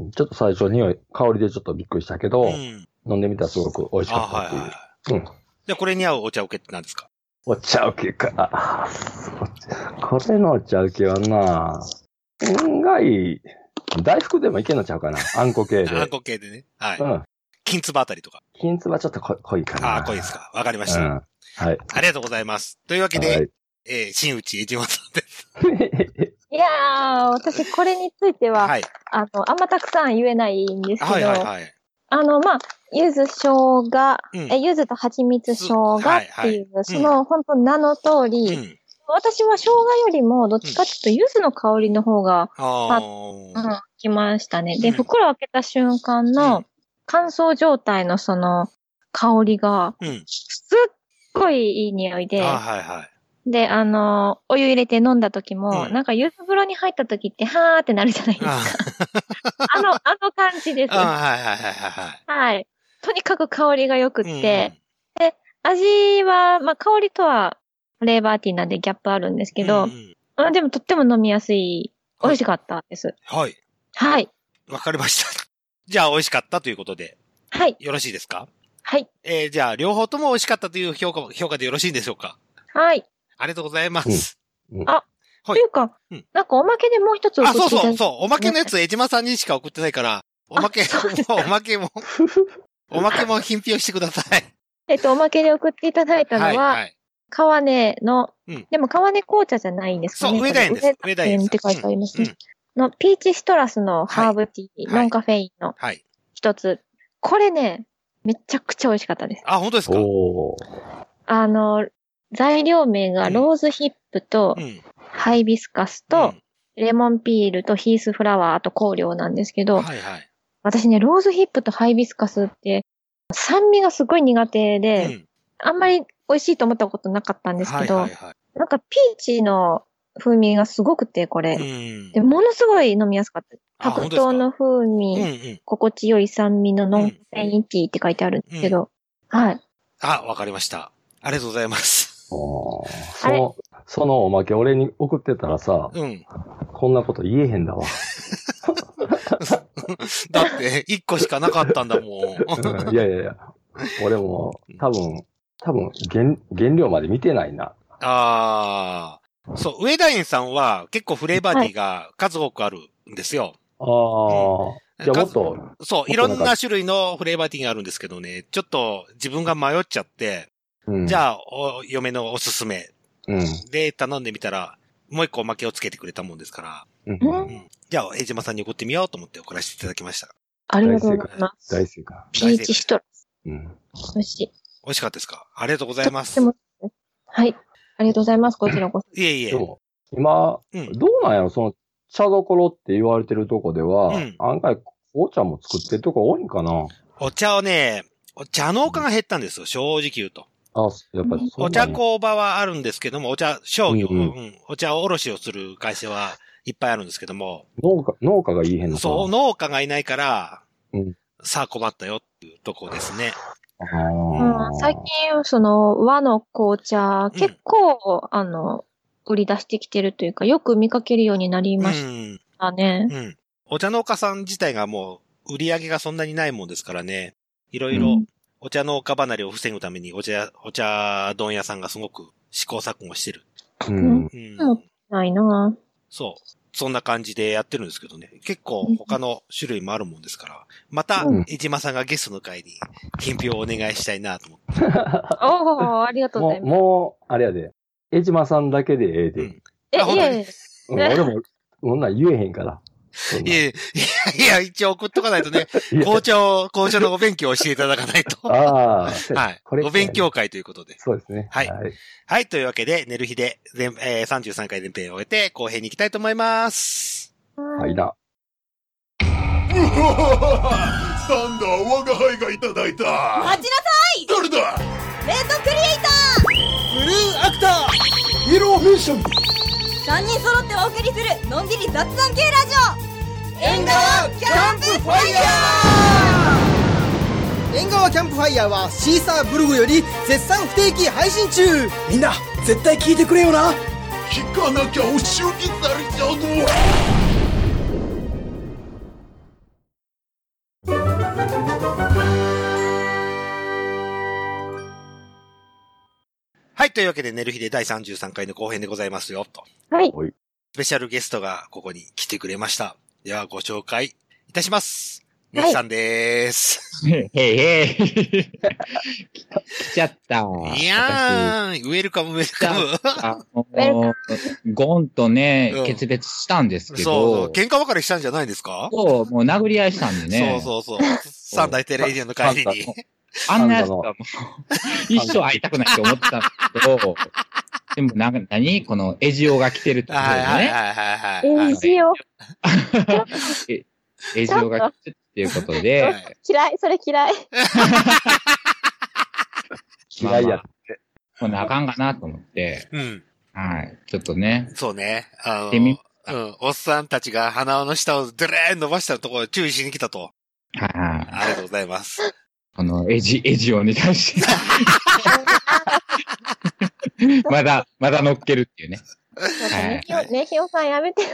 S2: うん。ちょっと最初匂い、香りでちょっとびっくりしたけど、
S1: うん。
S2: 飲んでみたらすごく美味し
S1: あ、
S2: かった
S1: は
S2: って
S1: い
S2: いう。
S1: はい。
S2: うん。
S1: じゃあこれに合うお茶受けって何ですか
S2: お茶受けか。あーこれのお茶受けはな、案外、大福でもいけんのちゃうかな。あんこ系で。。
S1: あんこ系でね。はいう
S2: ん。
S1: 金つばあたりとか。
S2: 金つばちょっと濃い濃いかな。
S1: ああ、濃いですか。わかりまし
S2: う
S1: た。
S2: ん。はい。
S1: ありがとうございます。というわけ
S2: は
S1: で、
S2: い。
S1: えー、新内江島さんです。
S3: いやー、私これについては、
S1: はい。
S3: あの、あんまたくさん言えないんです
S1: は
S3: け
S1: い
S3: ど、
S1: はいはい。
S3: あの、まあ、柚子生姜、
S1: うん
S3: え、柚子と蜂蜜生姜
S1: はい
S3: っ
S1: は
S3: て
S1: い
S3: いう、その、本当名の通り、
S1: うん。
S3: 私は生姜よりも、どっちかっていうと、柚子の香りの方が、
S1: あ
S3: う
S1: あ。
S3: ん、きましたね。
S1: う
S3: で、
S1: ん
S3: 袋を開けた瞬間
S1: う
S3: の乾燥状態のその、香りが、
S1: うん。
S3: すっごいいい匂いで、
S1: あはいはい。
S3: で、あの、お湯入れて飲んだ時も、
S1: うん
S3: なんか湯風呂に入った時って、はーってなるじゃないですか。
S1: あ
S3: あの、あの感じです。
S1: あ、はいはいはいはい。
S3: はい。とにかく香りが良くっ
S1: うん
S3: て、、味は、まあ香りとはフレーバーティーなんでギャップあるんですけど、
S1: うんうん
S3: あでもとっても飲みやすい、美味しかったです。
S1: はい。
S3: はい。
S1: わかりました。じゃあ、美味しかったということで、
S3: はい。
S1: よろしいですか
S3: はい。
S1: えー、じゃあ、両方とも美味しかったという評価、評価でよろしいんでしょうか
S3: はい。
S1: ありがとうございます。はい
S3: というか、
S1: うん
S3: なんかおまけでもう一つ送
S1: あ、
S3: ってい
S1: そう
S3: た
S1: そう、
S3: だ
S1: そう。おまけのやつ、江島さんにしか送ってないから、おまけ、
S3: そうですか
S1: おまけも、おまけも品評してください。
S3: えっと、おまけで送っていただいたのは、
S1: はい、はい。
S3: 川根の、
S1: うん
S3: でも川根紅茶じゃないんですか
S1: そ
S3: ね。
S1: う、上田園です。
S3: 上
S1: 上
S3: 田
S1: 田
S3: 園
S1: 園
S3: って書いてありますね。
S1: うんうん
S3: の、ピーチシトラスのハーブティー、
S1: はい
S3: ノンカフェインの
S1: はい。
S3: 一つ。これね、めちゃくちゃ美味しかったです。
S1: あ、本当ですか
S2: おー。
S3: あの、材料名がローズヒップと
S1: うん。
S3: ハイビスカスとレモンピールとヒースフラワーと香料なんですけ
S1: うん、
S3: ど、
S1: はいはい。
S3: 私ね、ローズヒップとハイビスカスって酸味がすごい苦手
S1: う
S3: で、
S1: ん。
S3: あんまり美味しいと思ったことなかったんです
S1: は
S3: け
S1: い
S3: ど、
S1: はいは
S3: なんかピーチの風味がすごくて、これ。
S1: い。うん。
S3: でものすごい飲みやすかった。
S1: あ
S3: 白桃の風
S1: うん
S3: 味、
S1: うん。
S3: 心地よい酸味のノンフェインティーって書いてあるんですけど、はい。
S1: あ、わかりました。ありがとうございます。
S2: おー
S3: あ
S2: そ
S3: れ
S2: の、そのおまけ俺に送ってたらさ、
S1: うん。
S2: こんなこと言えへんだわ。
S1: だって、一個しかなかったんだもん。
S2: うんいやいやいや、俺も、多分、多分、原、原料まで見てないな。
S1: ああ。そう、上田園さんは結構フレーバーティーが数多くあるんですよ。
S2: ああ、じゃあもっと、
S1: そう、いろんな種類のフレーバーティーがあるんですけどね、ちょっと自分が迷っちゃって、
S2: うん、
S1: じ
S2: あ、
S1: ゃあ、お嫁のおすすめ
S2: うん、
S1: で頼んでみたら、もう一個おまけをつけてくれたもんですから、
S2: うん
S1: うん、じゃあ、江島さんに送ってみようと思って送らせていただきました。
S3: ありがとうございます。
S2: 大正解。
S1: 正
S3: ピ
S1: 解
S3: ーチシトラス。
S2: うん。
S3: 美味しい。
S1: 美味しかったですかありがとうございま
S3: とっ
S1: す。
S3: てもはい。ありがとうございます。こちらこそ。
S1: いえいえ
S2: で。も、今、
S1: うん
S2: どうなんやろその、茶どころって言われてるとこでは、
S1: うん
S2: 案外、紅茶も作ってるとこ多いんかな。
S1: お茶をね、お茶農家が減ったんですよ、正直言うと。
S2: あ、やっぱりそう
S1: お
S2: なんや
S1: 茶工場はあるんですけども、お茶商業、う
S2: うんん
S1: お茶を卸しをする会社はいっぱいあるんですけども、
S2: 農家、農家が言いへんのかな。
S1: そう、農家がいないから、
S2: うん
S1: さあ困ったよっていうとこですね。
S2: あー
S3: うん最近、その和の紅茶、結構、あの、売り出してきてるというか、よく見かけるようになり
S1: う
S3: まし
S1: ん。
S3: たね。
S1: うん。お茶農家さん自体がもう、売り上げがそんなにないもんですからね、いろいうろ
S3: ん
S1: お茶農家離れを防ぐためにお茶、お茶丼屋さんがすごく試行錯誤してる。
S2: うん。
S1: うん。
S3: うんないな
S1: そう。そんな感じでやってるんですけどね。結構他の種類もあるもんですから。また
S2: うん、
S1: 江島さんがゲストの会に、品評をお願いしたいなと思って。
S3: おー、ありがとうご
S2: も、
S3: ざいうます。
S2: もう、あれやで。江島さんだけでええで。
S1: うん
S3: え、
S1: あほん
S3: い
S1: とに
S3: えいえ、
S2: うん俺も、そんなん言えへんから。そんない
S1: やいや、いや、一応送っとかないとね、
S2: いや
S1: 紅茶を、紅茶のお勉強をしていただかないと。は
S2: ああ、そうや
S1: い。
S2: これ
S1: お勉強会ということで。
S2: そうですね。
S1: はい
S2: はい。
S1: はい、というわけで、寝る日で、全えー33回前編を終えて、後編に行きたいと思います。
S2: はいな。
S7: サンダー我が輩がいただいた
S8: 待ちなさ
S7: どれだ
S8: いレッドクリエイ
S7: ブルーア
S8: タ
S7: クターイエローフィッション
S8: ー !3 人揃ってお送りする、のんびり雑談系ラジオ縁側キャンプファイヤ
S9: 縁側キャンプファイヤーはシーサーブログより絶賛不定期配信中みんな絶対聞いてくれよな
S7: 聞かなきゃお仕置きされちゃうぞ
S1: はい、というわけで、寝る日で第33回の後編でございますよ、と。
S3: はい。
S1: スペシャルゲストがここに来てくれました。では、ご紹介いたします。
S3: は
S1: ね
S3: い
S1: っさんでーす。
S10: へいへい。来ちゃった。
S1: いやーん、ウェルカムウェルカム。
S10: 私あの、ゴンとね
S1: うん、
S10: 決別したんです
S1: そう
S10: け
S1: そう、
S10: ど、
S1: 喧嘩別れしたんじゃないですか
S10: そう、もう殴り合いしたんでね。
S1: そうそうそう。三大テレビの帰りに。
S10: あんなやつは もう、一生会いたくないと思ってたんですけど、でもなんか何このエジオが来てるってこと
S1: はい
S10: で
S1: はい
S10: ね。
S1: はいはいはいは
S3: え
S1: い
S3: い。しよ
S10: エジオが来てるっていうこと で、
S3: 嫌い、それ嫌
S2: 嫌
S3: い。
S2: い
S10: まあ
S2: や
S10: まあ。こんなあかんかなと思って、
S1: うん。
S10: はい。ちょっとね、
S1: そうね。あ
S10: でみ
S1: の、うん。おっさんたちが鼻の下をドレーン伸ばしたところを注意しに来たと。
S10: はいはい。
S1: ありがとうございます。
S10: このエジ、エジオに対して。まだ、まだ乗っけるっていうね。
S3: ねひよ、ねひよさんやめてよ。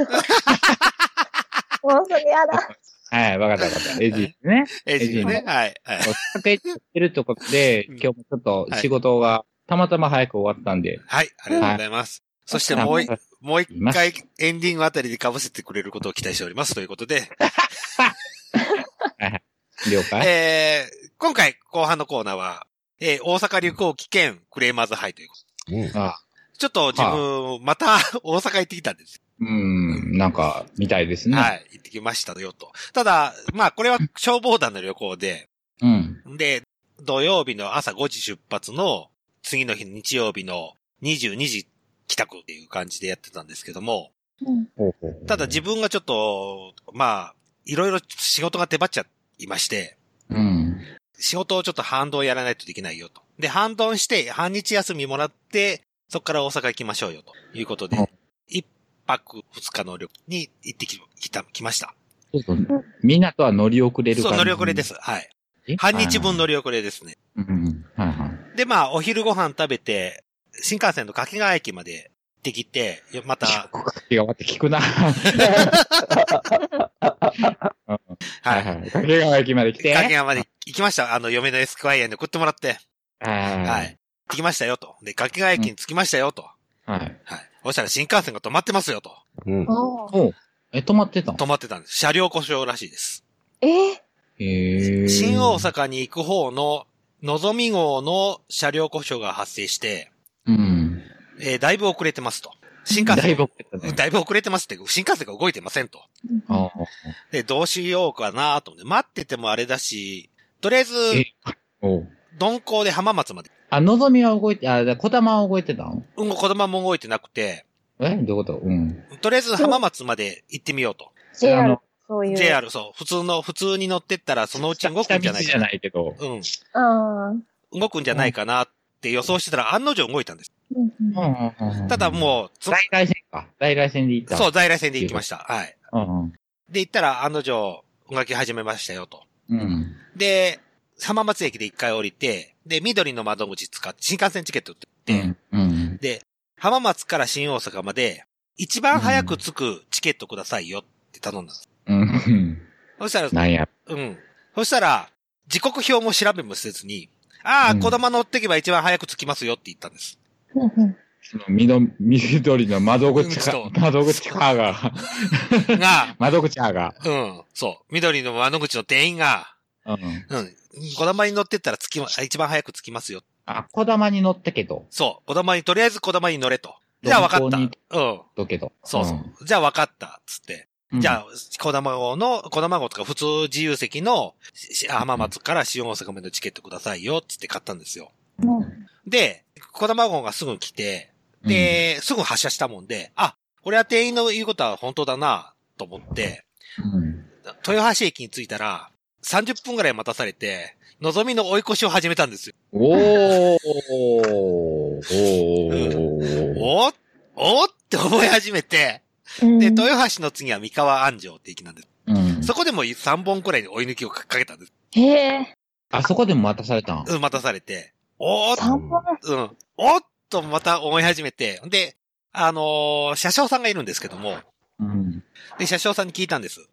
S3: もうそれやだ。
S10: はい、わかったわかった。 エジね。
S1: エジね。はい。はい。
S10: お酒エジってるとこで、今日もちょっと仕事がたまたま早く終わったんで。
S1: はい。ありがとうございます。そしてもうい
S10: あ、
S1: もう一回エンディングあたりで被せてくれることを期待しておりますということで、
S10: 了解
S1: えー、今回後半のコーナーは、えー、大阪旅行機兼クレーマーズ杯ということで
S2: うん。
S10: あ
S1: ちょっと自分、また 大阪行ってきたんです。
S10: うん、なんか、みたいですね。
S1: はい。行ってきましたよと。ただ、まあこれは消防団の旅行で、
S10: うん。
S1: で、土曜日の朝5時出発の、次の日の日曜日の22時帰宅っていう感じでやってたんですけども、
S3: うん
S1: ただ自分がちょっと、まあ、いろいろ仕事が手張っちゃいまして、
S10: うん。
S1: 仕事をちょっと反動やらないとできないよと。で、反動して、半日休みもらって、そこから大阪行きましょうよということで
S10: うん、
S1: 一泊二日の旅行に行ってききた、来ました。
S10: ちょっと、みんなとは乗り遅れる
S1: そ
S10: 感
S1: う、
S10: じ。
S1: 乗り遅れで。す。はい。半日分。乗り遅れですね。
S10: うん。はいはい。
S1: で、まあ、お昼ご飯食べて、新幹線の掛川駅まで行ってきて、よま た、
S10: いや、待って、聞くな。
S1: は
S10: はい
S1: い。
S10: はい。掛川駅まで来て。
S1: 掛川まで行きました。あの、嫁のエスクワイアに送ってもらって、は。
S10: はい
S1: 行。ってきましたよと。で、掛川駅に着きましたよと。
S10: はい。
S1: はい。そしたら新幹線が止まってますよと。
S2: うん。
S3: おー
S10: おえ、止まってたの
S1: 止まってたんです。車両故障らしいです。
S3: えー
S10: へー
S1: 新大。阪に行く方の、のぞみ号の車両故障が発生して、
S10: うん。
S1: えーだいぶ遅れてますと。新幹
S10: だ
S1: 線、
S10: いぶ遅れたね。
S1: だいぶ遅れてますって、新幹線が動いてませんと。
S10: あ
S1: で、どうしようかなと思って、待っててもあれだし、とりあえず、
S10: えおう
S1: 鈍行で浜松まで。
S10: あ、のぞみは動いて、あ、こだまは動いてたの
S1: うん、子供も動いてなくて、
S10: えどういうことうん。
S1: とりあえず浜松まで行ってみようと。
S10: あ
S3: JR
S10: の、
S3: そういう。。
S1: JR、そう、普通の、普通に乗ってったらそのうち動くんじゃない
S10: 下道じ
S1: か
S10: ゃ
S1: な。
S10: ないけど。
S1: う
S3: ああ。
S1: ん、動くんじゃないかなっって予想してたら案の定動いたんです。ただもう、つ
S10: 在来線か。在来線で行った。
S1: そう、在来線で行きました。はい。
S10: うんうん。
S1: で、行ったら案の定動き始めましたよと。
S10: うん。
S1: で、浜松駅で一回降りて、で、緑の窓口使って、新幹線チケットって言って、
S10: うん。
S1: で、浜松から新大阪まで、一番早く着くチケットくださいよって頼んだんです。
S10: うん。
S1: そしたら、
S10: なんや。
S1: うん。そしたら、時刻表も調べもせずに、ああ、
S10: うん
S1: 子供乗ってけば一番早く着きますよって言ったんです。
S10: その、みの、緑の窓口
S1: う
S10: か
S1: ん、
S10: 窓口かが、
S1: が、
S10: 窓口あが。
S1: うん、そう。緑の窓口の店員が、
S10: うん。
S1: うん、子供に乗ってったら着きま、一番早く着きますよ。
S10: あ、小玉に乗ってけど、
S1: そう。子供に、とりあえず子供に乗れと。じゃあ分かった。
S10: 鈍
S1: うん。
S10: どけど。
S1: そうそう。じゃあ分かった。つって。
S10: うん
S1: じゃあ、小玉号の、小玉号とか普通自由席の、し浜松から新大阪までのチケットくださいよ、つって買ったんですよ。で、小玉号がすぐ来て、で、すぐ発車したもんで、あ、これは店員の言うことは本当だな、と思って、
S10: うん。
S1: 豊橋駅に着いたら、30分ぐらい待たされて、のぞみの追い越しを始めたんですよ。
S10: おーおー
S1: おーおーって思い始めて、で、豊橋の次は三河安城って駅なんです。
S10: うん
S1: そこでも3本くらいに追い抜きをかけたんです。
S3: へえ、
S10: あそこでも待たされたん
S1: うん、待たされて、おーっ、
S3: 3本。
S1: うん、おーっとまた思い始めて、で、あのー車掌さんがいるんですけども、
S10: うん。
S1: で、車掌さんに聞いたんです。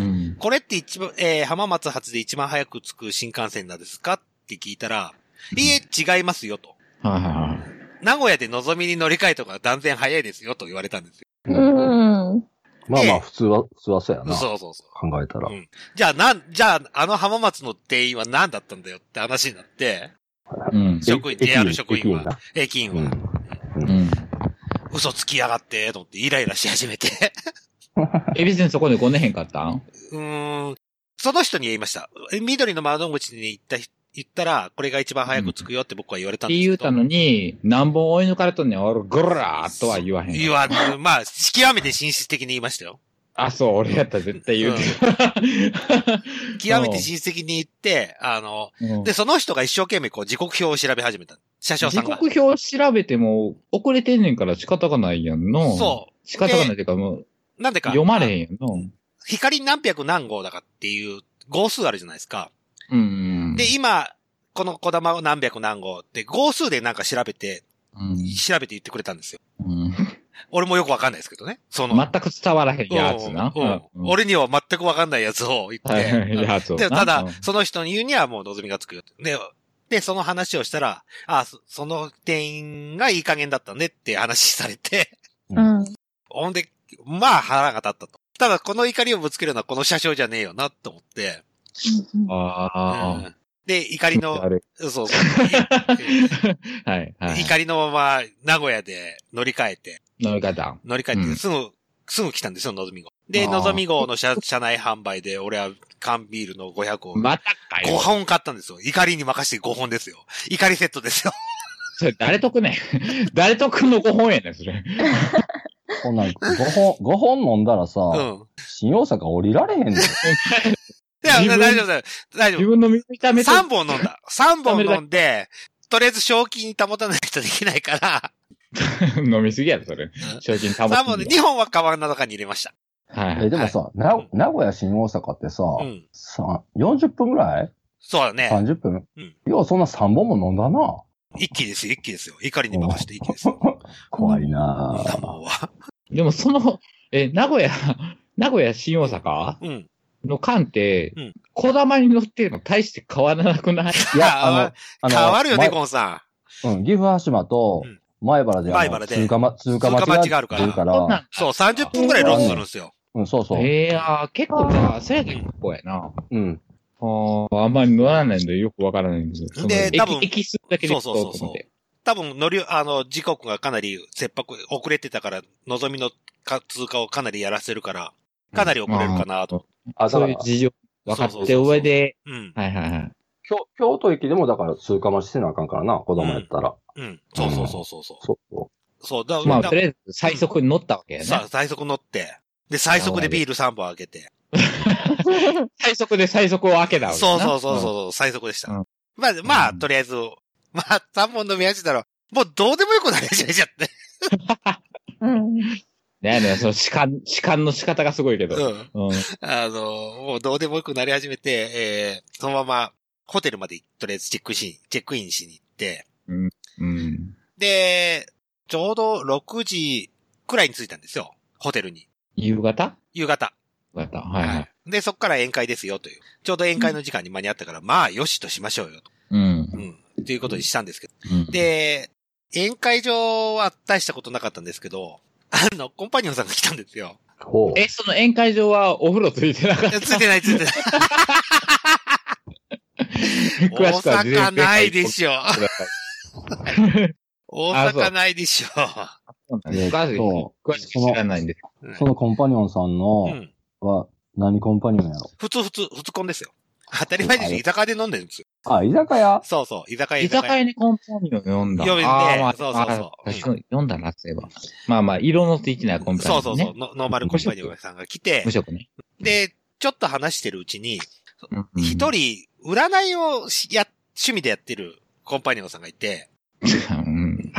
S10: うん。
S1: これって一番、えー浜松発で一番早く着く新幹線なんですかって聞いたら、いえ、違いますよと。
S10: はいはいはい。
S1: 名古屋でのぞみに乗り換えとか断然早いですよと言われたんですよ。
S3: うん。
S2: まあま
S1: で
S2: あ、普通は、普通はそうやな。
S1: そうそうそう。
S2: 考えたら
S1: う。んじゃあなん、じゃあ、あの浜松の定員は何だったんだよって話になって、
S10: うん。
S1: 職員、
S2: 駅員
S1: JR 職員
S2: 駅員
S1: は
S2: な、
S1: 駅員
S2: う
S1: は、
S2: ん。
S10: うん。
S1: 嘘つきやがって、と思ってイライラし始めて。
S10: え、別にそこでごねへんかったん
S1: うーん。その人に言いました。え緑の窓口に行った人、言ったら、これが一番早く着くよって僕は言われたん
S10: って
S1: ですけど。
S10: 言うたのに、何本追い抜かれとんねん、俺、ぐらーっとは言わへん。
S1: 言わん、まあ、極めて紳士的に言いましたよ。
S10: あ、そう、俺やったら絶対言う て。
S1: 極めて親戚に言って、あの、
S10: うん
S1: で、その人が一生懸命こう、時刻表を調べ始めた。車掌さ
S10: 時
S1: んが。
S10: 刻表調べても、遅れてんねんから仕方がないやんの。。
S1: そう
S10: 仕方がないっていうか、もう、
S1: う。なんでか。
S10: 読まれへんやんの。
S1: 光何百何号だかっていう号数あるじゃないですか。
S10: うん。
S1: で、今、この小玉を何百何号って号数でなんか調べて、
S10: う
S1: 調べて言ってくれたんですよ。
S10: ん。うん
S1: 俺もよくわかんないですけどね。その。
S10: 全く伝わらへんやつな。
S1: うんうん
S10: うん、
S1: 俺には全くわかんないやつを言
S10: は
S1: っ
S10: いはい
S1: て。
S10: やつをな。
S1: で、た
S10: う
S1: だ
S10: ん、
S1: その人に言うにはもう望みがつくよって。で、で、その話をしたら、あ、そその店員がいい加減だったねって話されて、
S3: うん。
S1: ほんで、まあ腹が立ったと。ただ、この怒りをぶつけるのはこの車掌じゃねえよなと思って。う
S10: ああ。
S1: んで、怒りの
S10: あ、れ。
S1: そうそう。
S10: はい、はい。
S1: 怒りのまま名古屋で乗り換えて、
S10: 乗り方。
S1: 乗り換え
S10: う
S1: て、
S10: ん
S1: すぐ、すぐ来たんですよ、のぞみ号。で、
S10: あー
S1: のぞみ号の車 車内販売で、俺は缶ビールの500を
S10: またか
S1: 5
S10: よ。
S1: 本買ったんですよ。怒りに任せて5本ですよ。怒りセットですよ。
S10: それ誰得ねん 誰得の5本やねん、それ。
S2: こんなん、5本、五本飲んだらさ、
S1: うん。
S2: 新大阪降りられへんのよ。
S1: いや、
S10: 自分
S1: 大丈夫だよ。大
S10: 自
S1: 丈夫。
S10: 分の身を痛めて。
S1: 3本飲んだ。3本飲んで、とりあえず正気に保たないとできないから、
S10: 飲みすぎやろ、それ。賞金保
S1: 3
S10: つ
S1: 本
S10: ん
S1: で
S10: で。
S1: 2本はカバンの中に入れました。
S10: はいは
S2: え、
S10: い。
S2: でもさ、な、名古屋新大阪ってさ、
S1: うん。
S2: さ40分ぐらい
S1: そうだね。
S2: ?30 分
S1: うん
S2: ようそんな3本も飲んだな。
S1: 一気ですよ、一気ですよ。怒りに任せて一気ですよ。
S2: 怖いな
S1: だもんは。
S10: でもその、え、名古屋、 名古屋新大阪
S1: うん。
S10: の缶って
S1: うん、
S10: 小玉に乗ってるの大して変わらなくない
S2: いや、あの、あの、
S1: 変わるよね、
S2: 前
S1: ゴンさ
S2: うん、岐阜羽島と
S1: うん、
S2: 前原で、あの
S1: 前原で
S2: 通貨ま、通貨
S1: 通貨町
S2: 町
S1: が
S2: が
S1: あ
S2: あ
S1: るか
S2: るからら、
S1: ん。そう、30分くらいロスするんですよ。
S2: うん、そうそう。
S10: ええやー、結構じゃあ、そやけんここやな。
S2: うん。
S10: あーあんまり乗らないんでよくわからないんですよ。
S1: で
S10: その
S1: 多分
S10: 駅駅数だけで行こうと思って。
S1: そうそうそうそ多分乗り、あの、時刻がかなり切迫、遅れてたから、望みのか通過をかなりやらせるから、かなり遅れるかなと。
S2: あ、だ
S10: そ
S2: か
S10: ういう
S2: ら、
S10: 事情分か
S1: そうそう
S10: っ
S1: そ
S10: て
S1: うそう
S10: 上で、
S1: うん。
S10: はいはいはい。
S2: 京京都駅でもだから通貨町してなあかんからな、子供やったら。
S1: うん。そうそうそうそう。そう
S2: そうそ
S1: そう、だ
S10: まあ、
S1: だ
S10: とりあえず最速に乗ったわけやね。
S1: さあ、最速乗って、で、最速でビール3本開けて。
S10: 最速で最速を開けたわけ
S1: そうそう
S10: う
S1: そうそう、最速でした。
S10: うん
S1: まあ、まあ、
S10: うん
S1: とりあえず、まあ、三本の宮治だろ。もうどうでもよくなれちゃいちゃって。
S3: うん。
S10: ねねその痴漢、痴漢の仕方がすごいけど。
S1: うん。
S10: うん。
S1: あの、もうどうでもよくなり始めて、えー、そのままホテルまでとりあえずチェックし、チェックインしに行って、
S10: うん。
S1: で、ちょうど6時くらいに着いたんですよ。ホテルに。
S10: 夕方
S1: 夕方。
S10: 夕方。はいはい。
S1: で、そっから宴会ですよという。ちょうど宴会の時間に間に合ったから、まあ、よしとしましょうよと。
S10: うん。
S1: うん。ということにしたんですけど。
S10: うん、
S1: で、宴会場は大したことなかったんですけど、あの、コンパニオンさんが来たんですよ。
S2: ほう。
S10: え、その宴会場はお風呂ついてなかっ
S1: い
S10: た
S1: やついてないついてない。
S10: 詳しくは
S1: 大
S10: 事前
S1: 阪ないで
S10: ょ。
S1: しょ。大
S10: あそう
S1: 阪ないでしょ。
S10: 詳しく詳しく知らないんで。
S1: うん
S2: そのコンパニオンさん
S1: う
S2: の、
S1: ん。
S2: は、何コンパニオンやろ
S1: 普通普通、普通コンですよ。当たり前でしょ。居酒屋で飲んでるんですよ。
S2: あ、居酒屋
S1: そうそう。居酒屋、
S10: 居酒屋にコンパニオン読んだ。
S1: 読んで
S10: あーまあ
S1: そうそうそう
S10: あー確かに読んだな、そういえば。まあまあ、色のついてないコンパニオン、
S1: そ
S10: ね。
S1: うそうそう。ノノーマルコンパニオンさんが来て
S10: 無、職ね。
S1: で、ちょっと話してるうちに、
S10: うん
S1: 一人、占いをしや、趣味でやってるコンパニオンさんがいて、
S10: うん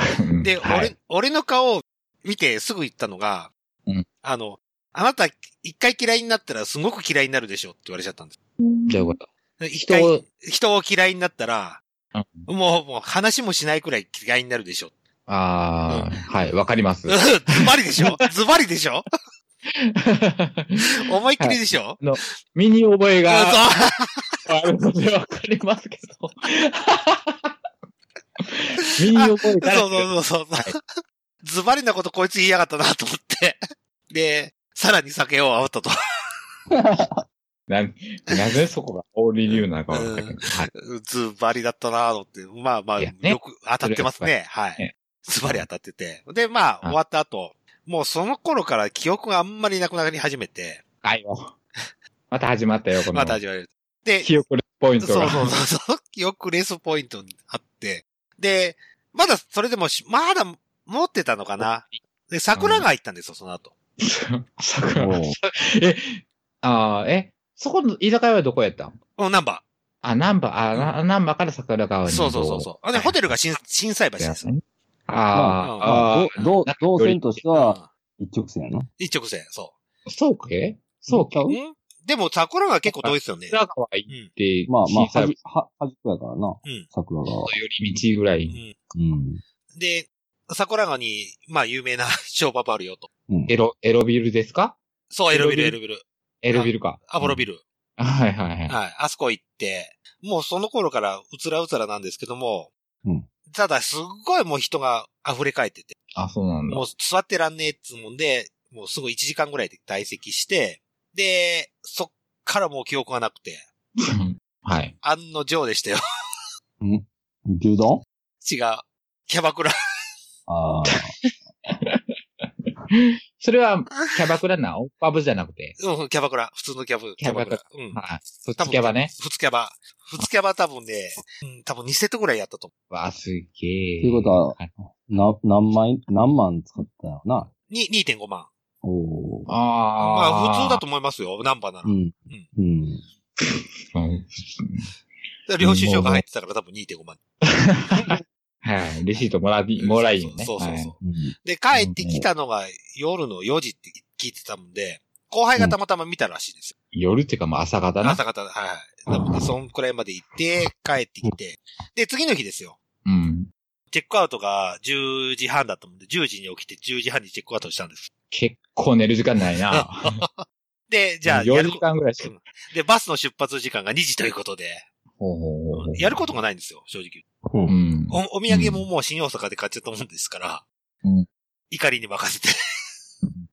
S1: で、
S10: はい
S1: 俺、俺の顔を見てすぐ言ったのが、
S10: うん
S1: あの、あなた一回嫌いになったらすごく嫌いになるでしょって言われちゃったんです。
S10: どういうこと
S1: で一
S10: 人
S1: 回
S10: を、
S1: 人を嫌いになったら、
S10: うん
S1: もう、もう話もしないくらい嫌いになるでしょ。
S10: ああ、はい、わかります
S1: うん。ズバリでしょズバリでしょ思いっきりでしょ、
S10: 身に覚え
S1: うん
S10: が
S1: そう
S10: あるのでわかりますけど。 身に覚えがある
S1: そうそうそうそう。ズバリなことこいつ言いやがったなと思って。で、さらに酒を煽ったと。
S10: な、なぜそこがオーリー理由なのかわかんないけど。はい。
S1: ズバリだったなと思って。まあまあ、
S10: いやね
S1: よく当たってますね。は
S10: ね
S1: い。ズバリ当たってて。で、まあ、
S10: うん
S1: 終わった後、もうその頃から記憶があんまりなくなり始めて、
S10: はいよ。また始まったよ、この。
S1: また始まる。で、
S10: 記憶力ポイント
S1: そう
S10: が。
S1: そう そうそう。記憶レースポイントにあって。で、まだそれでもし、まだ持ってたのかな。で、桜が行ったんですよ、その後。
S10: 桜
S2: おう
S10: え、ああ、え、そこの居酒屋はどこやったん
S1: うん、ナンバ
S10: あ、南波、あ、な南波から桜
S1: ー。
S10: 川に。
S1: そうそうそうそう。あで、ホテルが新震災橋
S10: ル
S1: ですよ。
S10: あ
S1: ま
S10: あ、ああ、
S2: ど、どう線として
S1: う
S2: は、
S1: ん
S2: 一直線やな。
S1: 一直線、そ
S10: そうかえそうか
S1: う。んでも桜が結構遠いですよね。
S10: 桜川
S1: う
S10: 行
S1: ん
S10: っ。て、
S2: まあまあ、
S10: 小さい
S2: はじ、は、はじっこやからな
S1: うん。
S2: 桜が。
S10: 寄り道ぐら
S1: う
S10: い、
S1: ん。
S2: うん。
S1: で、桜川に、まあ、有名な 小パブあるよと。
S2: うん。
S10: エロ、エロビルですか
S1: そう、エロビル、エ
S10: エ
S1: ロ
S10: ロ
S1: ビル。
S10: エロビルか。
S1: アポロビル。
S10: ル。はいはいはい。
S1: はい。あそこ行って、もうその頃からうつらうつらなんですけども、
S2: うん
S1: ただすっごいもう人が溢れ返ってて、
S10: あ、そうなんだ
S1: も。う座ってらんねえっつうもんで、もうすぐ1時間ぐらいで退席して、で、そっからもう記憶がなくて、
S10: はい。
S1: 案の定でしたよ。
S2: 牛丼
S1: 違う。キャバクラ。
S2: ああ。
S10: それは、キャバクラな、オッパブじゃなくて。
S1: うん、キャバクラ。普通のキャブ、キャバクラ。うん。
S10: はい。そっちキャバね。。
S1: 二キャバ。二キャバ多分ね、うん、多分2セットぐらいやったと思
S10: わあ、すげえ。
S2: ということはな、何枚、何万使ったよな。
S1: う。に、2.5万。
S2: おお。
S10: ああ。
S1: まあ普通だと思いますよ。ナンバーな
S2: う
S1: ら。
S2: ん。うん。
S10: うん。
S1: 領収書が入ってたから多分2.5万。
S10: はい。レシートもらい、もらいよね。
S1: そうそうそう
S10: は
S1: そ。
S10: いう
S2: うん。
S1: で、帰ってきたのが夜の4時って聞いてたもんで、後輩がたまたま見たらしいですよ。
S10: 夜っていうか、まあ朝方な。
S1: 朝方、はいはい。なので、そんくらいまで行って、帰ってきて。で、次の日ですよ。
S10: うん。
S1: チェックアウトが10時半だったもんで、10時に起きて10時半にチェックアウトしたんです。
S10: 結構寝る時間ないな。
S1: で、 じゃあ、や
S10: 4
S1: る
S10: 時間ぐらいしか。
S1: で、バスの出発時間が2時ということで、
S10: ほうほうほうほう
S1: やることがないんですよ、正直。
S2: う。
S10: うんん。
S1: おお土産ももう新大阪で買っちゃったもんですから、
S10: うん
S1: 怒りに任せて。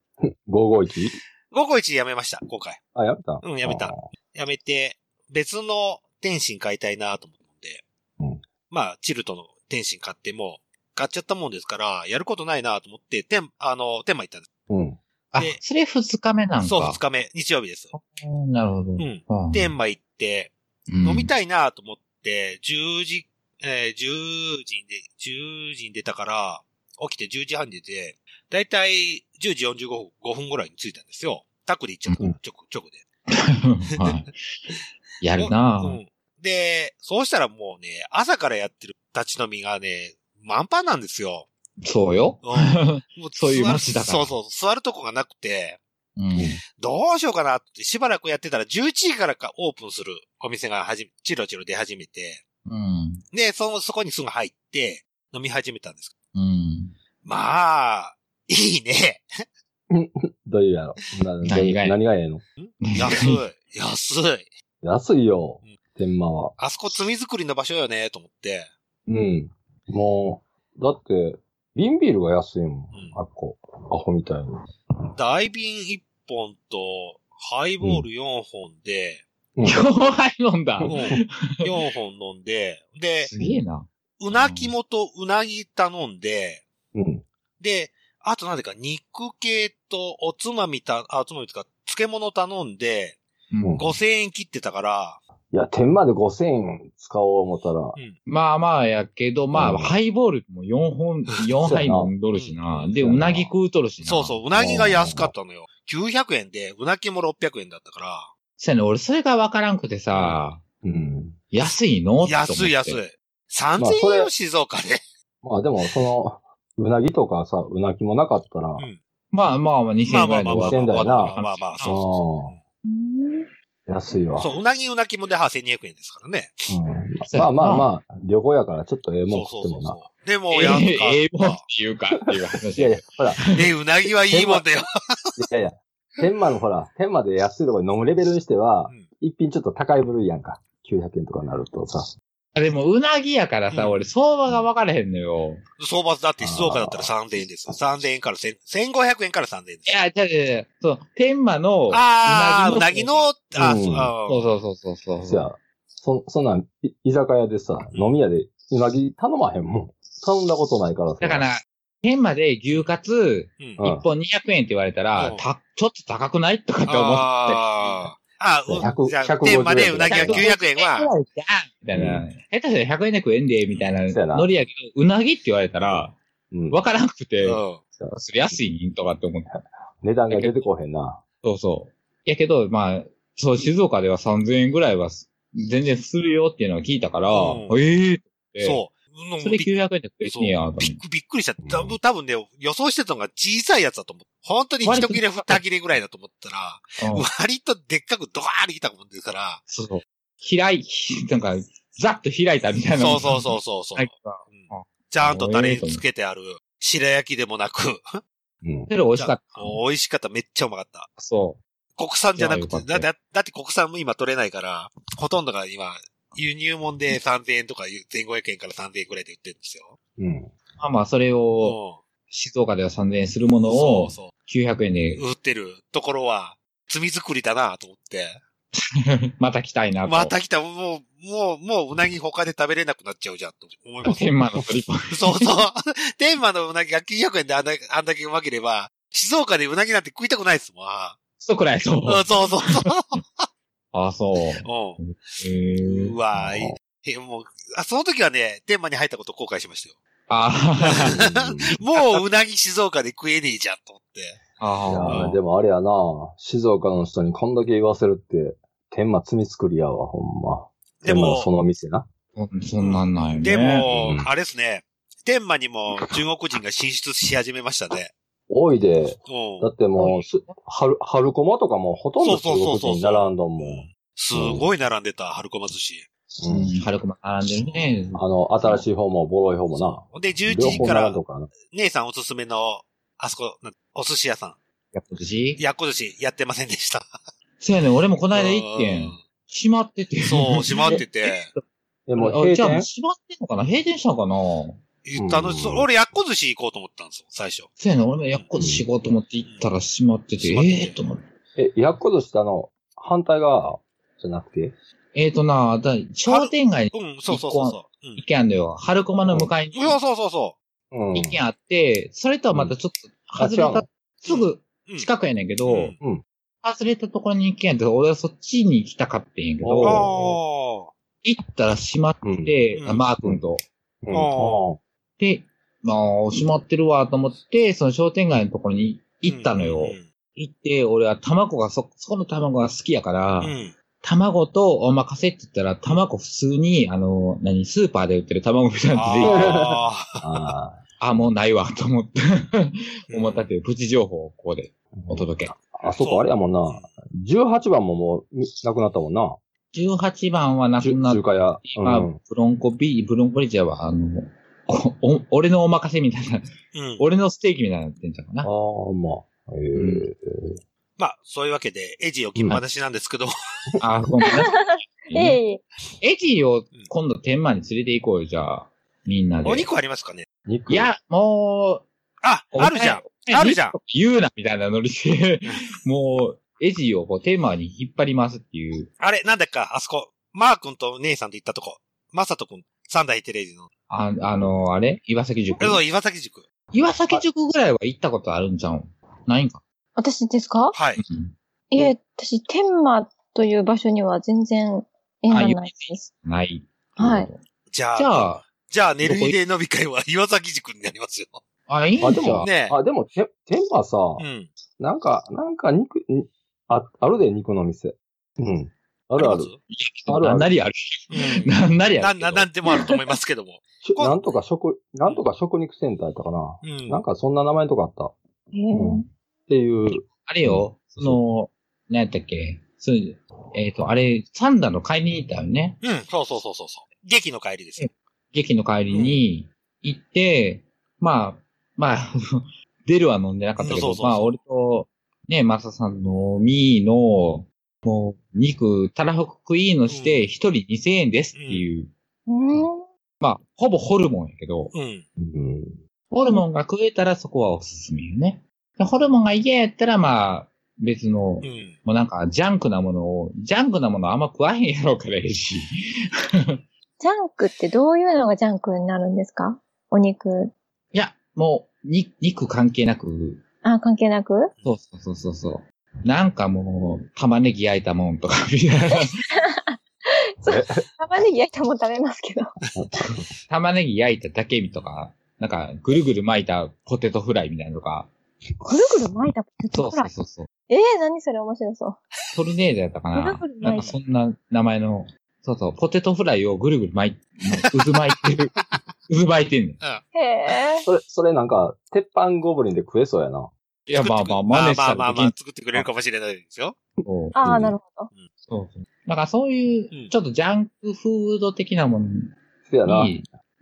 S2: 551?
S1: 午後1時やめました、今回。
S2: あ、やめた
S1: うんやめた
S2: あー
S1: やめて、別の天津買いたいなと思って、
S2: うん
S1: まあ、チルトの天津買っても、買っちゃったもんですから、やることないなと思って、天、あの、天満行ったんで
S2: うん。
S10: あ
S1: で、
S10: それ二日目なん
S1: す。
S10: か。
S1: そう、二日目、日曜日です。
S10: うんなるほど。
S1: うん。
S10: ああ
S1: 天満行って、飲み
S10: い。
S1: たいなと思って、10時、えー、10時にで、10時に出たから、起きて10時半に出て、だいたい10時45分5分ぐらいに着いたんですよ。タクで行っちゃった、
S2: うん
S1: ちょこちょこで。
S10: はいやるな
S1: う
S10: ぁ。
S1: ん。で、そうしたらもうね、朝からやってる立ち飲みがね、満帆なんですよ。
S10: そうよ。
S1: うん、も
S10: そういう
S1: 座る
S10: 街だから
S1: そうそう、座るとこがなくて、
S10: うん。
S1: どうしようかなって、しばらくやってたら11時からかオープンするお店がはじめ、チロチロ出始めて、
S10: うん。
S1: で、その、そこにすぐ入って、飲み始めたんです。
S10: うん。
S1: まあ、いいね。
S2: どういうやろ。な
S10: 何がや
S2: 何がええの
S1: 安い。安い。
S2: 安いよ
S1: うん、
S2: 天満は。
S1: あそこ罪作りの場所よね、と思って。
S2: うん。もう、だって、瓶ビールが安いもん
S1: ん。
S2: あっこ。アホみたいに。
S1: 大瓶1本と、ハイボール4本で、
S10: 今日は飲んだ
S1: うん。4本飲んで、で、
S10: すげえな。
S1: うな肝とうなぎ頼んで、
S2: うん。
S1: で、あとなんでか、肉系とおつまみた、あ、おつまみとか、漬物頼んで、
S10: うん
S1: 5000円切ってたから、
S2: いや、天満で5000円使おう思ったら、
S10: まあまあやけど、ま
S2: う
S10: あ、
S2: ん
S10: ハイボールも4本、4杯 飲んどるしな。
S2: うん
S10: で、うなぎ食うとるしな。
S1: そうそう、うなぎが安かったのよ。900円で、うなきも600円だったか
S10: そうやね、俺それがわからんくてさ、
S2: うん。
S10: 安いの
S1: ら、安い安い。。3000
S2: まあそ
S1: 円よ、
S2: れ
S1: 静岡で。
S2: まあでも、その、 うなぎとかさ、うなぎもなかったら、
S1: ん
S10: まあまあまあ、2000
S1: まあ
S10: 円ぐ
S1: ま
S10: ら
S1: あまあ
S10: いの
S1: ま
S2: 2000
S1: あ
S2: 円
S1: まあま
S2: だよな
S1: あまあまあ、そう
S2: 安いわ。
S1: そう。そう、うなぎうなきもで8200円ですからね。
S2: うんまあまあまあ、旅行やからちょっとええもん
S1: そうそ
S2: 食
S1: うそ
S2: っても
S1: う
S2: な。
S1: そう。でも、
S10: え
S1: やんか
S10: えええもんっていうかっていう話
S2: いや
S10: や
S2: い
S10: け
S2: や
S10: ど。、
S2: ほら、い
S1: で、うなぎはいいもんだよ。
S2: やいや、天満のほら、天満で安いところに飲むレベルにしては
S1: うん、
S2: 一品ちょっと高い部類やんか。900円とかになるとさ。
S10: あでも、うなぎやから
S1: う
S10: さ、
S1: ん
S10: 俺、相場が分からへんのよ。
S1: 相場だって静岡だったら3000円ですよ。3000円から1000、1500円から3000円です
S10: い。や、じゃじゃそう、天満の、
S1: ああ、うなぎの、あー
S2: う
S1: そ
S2: ん
S1: う
S10: そう
S1: あ
S10: そうそうそうそう。
S2: じゃあ、そ、そんなん、い居酒屋でさ、飲み屋でうなぎ頼まへんもん。頼んだことないからさ。
S10: だから、天満で牛カツ、
S1: ー、うん
S2: うん
S10: 1本200円って言われたら、
S1: うん
S10: た、ちょっと高くないとかって思って。
S1: あーあー、うん
S2: 100
S1: じゃあ、天までうなぎは900円 は、
S10: じゃあみたいな。下手したら100円で食えんで、みたいな
S2: そうやな
S10: ノリやけど、うなぎって言われたら、
S2: うん
S10: わからんくて、
S1: うん
S10: それ安いんとかって思って。
S2: 値段が出てこへんな。
S10: そうそう。やけど、まあ、そう、静岡では3000円ぐらいはす全然するよっていうのは聞いたから、
S1: うん
S10: ええって
S1: そう。うん
S10: それ900円で食えてんねや、と思って
S1: びっくびっくりしちゃった。多分多分ね、予想してたのが小さいやつだと思う。本当に一切れ二切れぐらいだと思ったら、
S10: うん
S1: 割とでっかくドカーンに来たもんですから、
S10: そうそう。開い、 なんか、ざっと開いたみたいな。
S1: そうそう
S10: う。
S1: そうそうそう、
S10: はい。
S1: うんちゃんとタレにつけてある、白焼きでもなく、
S2: うん。
S10: けど美味しかった。
S1: 美味しかった、めっちゃうまかった。
S10: そ
S1: 国産じゃなく
S10: いや
S1: て、
S10: よ
S1: だ
S10: かった
S1: だだって国産も今取れないから、ほとんどが今、輸入もんで3000円とか1500円から3000円くらいで売ってるんですよ。
S2: うん。
S10: う。まあまあ、それを、静岡では3000円するもの
S1: そ
S10: を
S1: う、そ
S10: 900円で
S1: う。、売ってるところは、罪作りだなと思って。
S10: また来たいなと。
S1: また来た、もう、もう、もううなぎ他で食べれなくなっちゃうじゃんと思います。
S10: 天満の鳥 パン。
S1: そうそう。天満のうなぎが900円であんだあんだけうまければ、静岡でうなぎなんて食いたくないですもん。
S10: そうくらいそう。
S1: うんそうそうそう。
S10: あ、そう。
S1: う
S10: へー
S1: ん。うわーいえ、もう、あ、その時はね、天満に入ったこと後悔しましたよ。
S10: あ
S1: もううなぎ静岡で食えねえじゃんと思って。
S10: あ。あ
S2: い
S10: あ
S2: や。でもあれやな静岡の人にこんだけ言わせるって、天満罪作りやわ、ほんま。
S1: で
S2: 天満そ
S1: も、
S2: の店な。
S10: そそんなんないね。
S1: でも
S2: う、ん
S1: あれですね、天満にも中国人が進出し始めましたね。
S2: 多いで、だ
S1: うん。
S2: ってもうす、春、春駒とかもうほとんど中国人並んどんもん。
S1: すごい並んでた、春駒寿司。
S10: うん、春駒並んでるね。
S2: あの、新しい方もボロい方もな。
S1: ほんで、11
S2: 両
S1: 時
S2: 方
S1: から
S2: 並ん、どんからな。
S1: 姉さんおすすめの、あそこ、なお寿司屋さん。
S10: やっぱし。
S1: やっこ寿司やってませんでした。
S10: そうやね、俺もこの間行って
S1: うんん。
S10: 閉まってて。
S1: そう、閉まって て。
S2: え、もう
S10: あ
S2: 閉
S10: じゃあもう
S2: 店
S10: 閉まってんのかな閉店したのかな
S1: 言ったの、
S2: うん
S1: そう俺、やっこ寿司行こうと思ったんですよ、最初。
S10: そうやね、俺もやっこ仕事持って行ったら閉まってて、
S1: 閉まってて
S10: ええと思って。
S2: え、やっことしたの、反対側じゃなくて
S10: えーとな、だ商店街に
S1: うん、そうそうそうそう。うん
S10: 一軒あんだよ。春駒の向かいに
S1: そうそうそうそ
S2: うん。
S10: 一軒あって、それとはまたちょっと外れ
S2: うんあ違う
S10: た、すぐ
S1: う。うん
S10: 近くやねん
S1: う
S10: けど
S1: ん、
S2: うん。
S10: 外れたところに一軒あって、俺はそっちに行きたかってんやけ
S1: ああ。
S10: ど、行ったら閉まって
S1: うん、うん
S10: マー君と。
S2: うん
S1: ああ
S10: で、まあ、閉まってるわと思って、その商店街のところに行ったのよ
S1: う。ん
S10: 行って、俺は卵がそ、そこの卵が好きやから
S1: う、ん。
S10: 卵とお任せって言ったら、卵普通に、あの、何、スーパーで売ってる卵みたいなの出てきて、
S1: あ
S2: あ
S10: あ、もうないわ、と思って、 思ったというプチ情報をここでお届け。
S2: あ、そうか、あれやもんな。18番ももう、みなくなったもんな。
S10: 18番はなくなっ
S2: 中華屋。う
S10: て、まあ
S2: ん。
S10: ブロンコビー、ブロンコリジャは、あの、おお俺のお任せみたいな、
S1: うん。
S10: 俺のステーキみたいになってんじゃんか
S2: ああ、
S10: な。
S2: まあ。ええ。
S1: まあ、そういうわけで、エジ置きっぱなしなんですけど、
S10: あ、ごめんなさい
S3: ええ
S10: エジを今度天満に連れて行こうよ、じゃあ。みんなで。
S1: お肉ありますかね
S2: 肉。
S10: いや、も
S1: あ、
S10: う、
S1: あるじゃん。あるじゃん。
S10: 言うな、みたいなノ リで、もう、エジをこうテーマに引っ張りますっていう。
S1: あれ、なんだっか、あそこ、マー君と姉さんと行ったとこ、マサト君、三代テレビの、
S10: ああの、あれ岩崎塾
S1: あ。の岩崎塾。
S10: 岩崎塾ぐらいは行ったことあるんじゃん。ないんか。
S3: 私ですか
S1: はい。
S10: うん
S3: いえ、私、天満という場所には全然縁がないです。
S10: ない。
S3: はい。
S1: じゃあ、
S10: じゃあ、
S1: じゃあ、寝る日で飲み会は 岩崎塾になりますよ。
S10: あ、いい
S2: あ、
S10: ん
S2: で
S10: じゃん
S2: も、
S1: ね
S2: あ、でも、て、天馬さ、
S1: うん。
S2: なんか、なんか肉、にあ、あるで、肉の店。うん。あるある。あるあ
S10: な
S2: る
S10: んなりある。
S1: うん。
S10: なんなりあ
S1: な、
S10: る。
S1: な、なんでもあると思いますけども。
S2: し
S1: こ
S2: なんとか食、なんとか食肉センターやったかな。
S1: うん
S2: なん。かそんな名前のとかあった。
S3: へ
S2: うん。
S3: え
S2: っていう。
S10: あれよ、その、何やったっけそう、えっ、と、あれ、サンダの買いに行ったよね。
S1: うん、そうそうそうそうそう。劇の帰りですよ。
S10: 劇の帰りに行って、まあ、まあ、 出るは飲んでなかったけ
S1: そう
S10: ど
S1: そう、そう
S10: まあ、俺と、ね、マサさんのミーの、もう、肉、たらふく食いのし
S1: うん
S10: て、一人2000円ですっていう、
S3: うん。
S10: まあ、ほぼホルモンやけど、
S1: うん。
S2: うん。
S10: ホルモンが食えたらそこはおすすめよね。でホルモンが嫌やったら、まあ、別の
S1: う、ん。
S10: もうなんか、ジャンクなものを、ジャンクなものあんま食わへんやろからええし。
S3: ジャンクってどういうのがジャンクになるんですかお肉。
S10: いや、もう、に、肉関係なく、
S3: あ、関係なく
S10: そうそうそうそうそう。なんかもう、玉ねぎ焼いたもんとか、 みたいな。
S3: 玉ねぎ焼いたもん食べますけど。
S10: 玉ねぎ焼いただけとか、なんか、ぐるぐる巻いたポテトフライみたいなのとか。
S3: ぐるぐる巻いたポテ
S10: そ
S3: ト
S10: う
S3: フ
S10: そ
S3: ラ
S10: う
S3: イ。
S10: そうそう。
S3: ええ何それ面白そう。
S10: トルネードやったかな
S3: ぐるぐる巻い。た
S10: なんか、そんな名前の、そうそう、ポテトフライをぐるぐる巻い、渦巻い てる。渦巻いてんねん。
S3: へえ。
S2: それ、それなんか、鉄板ゴブリンで食えそうやな。
S10: いや、まあまあ、真似した
S1: まあま
S10: ら
S1: あ
S10: で
S1: ま
S10: き
S1: あ
S10: ん、
S1: 作ってくれるかもしれないですよ。
S10: けど。
S3: あ
S2: う
S3: あ、
S2: ん
S3: なるほど。
S10: そうそう。だからそう
S1: う
S10: い
S1: ん
S10: う、ちょっとジャンクフード的なものに、
S2: せやな。
S10: う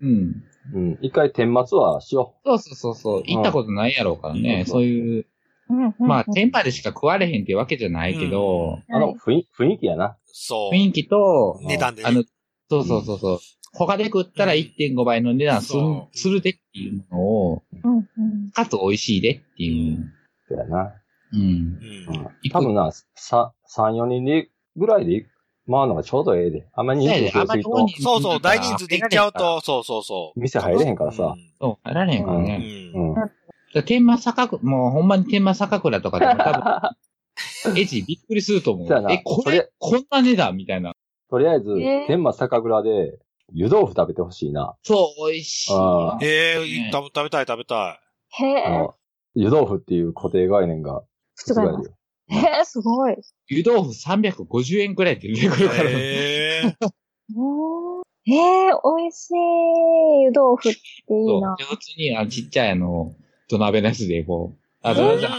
S10: ん。
S2: うん。一回天末はしよ
S10: そうそうそうそう、行ったことないやろうからね、
S2: うん
S10: そういう、
S3: うんうんうん
S10: まあ、天パでしか食われへんってわけじゃないけど、
S2: う。あの、
S3: はい
S2: 雰囲雰囲気やな。
S1: そう。
S10: 雰囲気と、
S1: 値段でね
S10: あの、そうそうそうそう、他で食ったら
S1: うん
S10: 1.5倍の値段する
S1: そ,、う
S10: するでっていうのを、
S3: うんうん。
S10: かつ美味しいでっていう。
S2: せやな。
S10: うん。
S1: うん
S2: う。ん。多分な、さ、3、4人で、ぐらいで回るのがちょうどええで。あんまり人数増えすぎと、
S1: そうそう、大人数で行っちゃう。と、そうそうそう。
S2: 店入れへんからさ。
S10: そう、入られへんから
S1: う
S10: ね。
S1: ん。
S2: う
S1: うん
S2: ん。
S10: だから天満坂倉、もうほんまに天満坂倉とかでも多分、エジびっくりすると思う
S2: そうや。な
S10: え、こ
S2: そ
S10: れ
S2: れ、
S10: こんな値段みたいな。
S2: とりあえず
S3: えー、
S2: 天満酒蔵で、湯豆腐食べてほしいな。
S10: そう、美味しい。
S2: あ
S10: え
S1: ええ、た食べたい食べた
S3: へ
S2: あ
S3: え。
S2: の、湯豆腐っていう固定概念が
S3: 覆
S2: 覆
S3: ま
S2: る
S3: す。
S2: よ。
S3: へえ、すごい。う
S10: 湯豆腐350円くらいって 出てく
S1: い
S10: る。から。
S1: ええ。
S3: ーんへえ、美味しい。湯豆腐ってい
S10: そ
S3: いうな。。
S10: で普通に、あの、ちっちゃいあの、土鍋のやつで、こう。あ、
S1: う
S10: どうぞ
S1: ん
S10: あ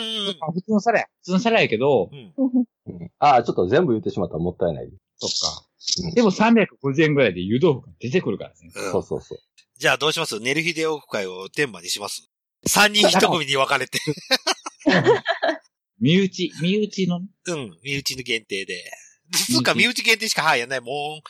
S10: 普通の皿や。普通の皿やけど、
S1: うん。
S2: うんああ、ちょっと全部言ってしまったらもったいない。
S10: そっか
S2: うん。
S10: でも350円くらいで湯豆腐が出てくるからね。
S2: そうそうそう。
S1: じゃあどうします寝る日でオフ会を天馬にします三人一組に分かれ て。
S10: 身内、身内のね、
S1: うん。身内の限定で。つうか、身内限定しかはいやんないもん。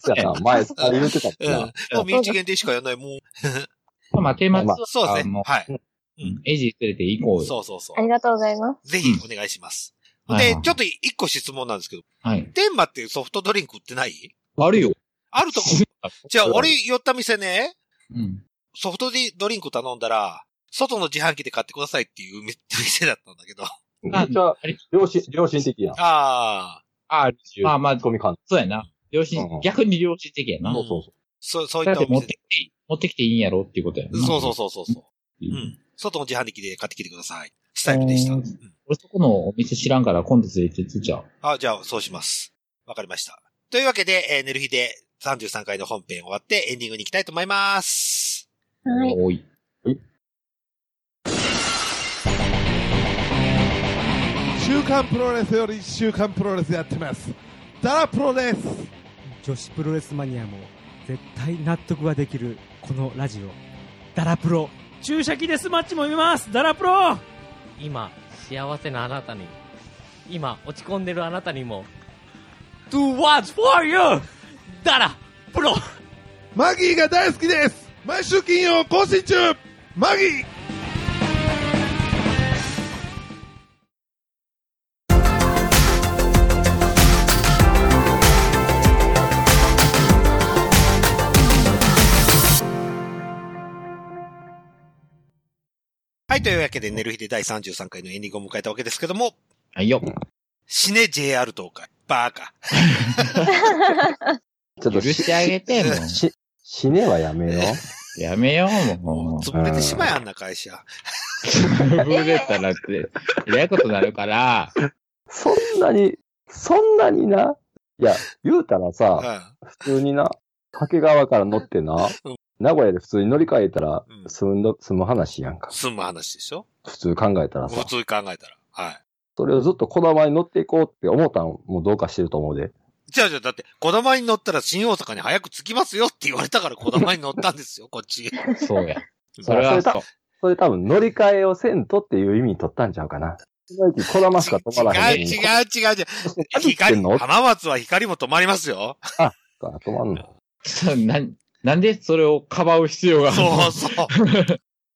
S2: せやな、前、あれ言ってたっけ
S1: うん。
S2: な。
S1: もう身内限定しかやんないもん。
S10: まあ、テーマ
S2: まあ
S1: そうですね
S10: も。、
S1: はいう
S10: うんエイジ連れて行こうよ。
S1: そうそうそ
S3: あり
S1: う。
S3: がとうございます。
S1: ぜひお願いします。
S10: うんはい
S1: で
S10: は、い
S1: ちょっと一個質問なんですけど、
S10: はい。
S1: 天馬ってソフトドリンク売ってない
S10: あるよ。
S1: あ るとこ、じゃあ俺寄った店ね、
S10: うん。
S1: ソフトドリンク頼んだら、外の自販機で買ってくださいっていう店だったんだ けど。あ
S2: めっちゃ、
S10: あれ
S2: 良心、良心的やん。
S1: あ
S10: あるよまあまあ
S2: ツッ、コミ感。
S10: そうやな。良心
S2: うんうん、
S10: 逆に良心的やな
S1: う
S2: そ
S1: ん。
S2: うそうそ
S1: そう、そうい
S10: だ
S1: っ
S10: ったて
S1: お
S10: 持って
S1: 店
S10: き。ていい。持ってきていいんやろっていうことやな。
S1: そうそうそうそうそう。
S10: うん
S1: うん。外の自販機で買ってきてください。スタイルでした。
S10: 俺そこのお店知らんから今度連れてってじゃあ。
S1: あ、じゃあ、そうします。わかりました。というわけで、えー、寝る日で33回の本編終わってエンディングに行きたいと思います。
S3: はい。
S10: おい。
S7: 週刊プロレスより週刊プロレスやってます。ダラプロです。
S11: 女子プロレスマニアも絶対納得ができるこのラジオダラプロ
S5: 注射器デスマッチも見ますダラプロ
S12: 今幸せなあなたに今落ち込んでるあなたにも
S7: Do what's for you!
S12: ダラプロ
S7: マギーが大好きです毎週金曜更新中マギー
S1: はい、というわけで、寝る日で第33回のエンディングを迎えたわけですけども、
S10: はいよ。
S1: 死ね JR 東海。バーカ。
S2: ちょっと
S10: 許してあげて、もう。
S2: し、死ねはやめよ
S10: やめよう、 もう。
S1: 潰れてしまえ、あんな会社。
S10: 潰れたらって、えらいことになるから、
S2: う。そんなに、そんなにな。いや、言うたら
S1: うん。
S2: さ、
S1: あ
S2: 普通にな、掛川から乗ってな、名古屋で普通に乗り換えたら
S1: う、ん
S2: 済むの、済む話やんか。
S1: 済む話でしょ
S2: 普通考えたら
S1: 普
S2: さ、
S1: 通に考えたら。はい。
S2: それをずっとこだまに乗っていこうって思ったんもどうかしてると思うで。
S1: じゃあじゃあ、だって、小玉に乗ったら新大阪に早く着きますよって言われたから小玉に乗ったんですよ、こっ ち。
S10: そうや。それは
S2: そ
S10: そう
S2: れ。それ多分乗り換えをせんとっていう意味に取ったんちゃうかな。この駅こだましか止まらへん
S1: 違う
S2: のに。
S1: 違う違う違う。
S2: あずって
S1: 光、
S2: んの
S1: 浜松は光も止まりますよ。
S2: 止まんの。
S10: そう な、なんでそれをかばう必要があるの
S1: そうそう。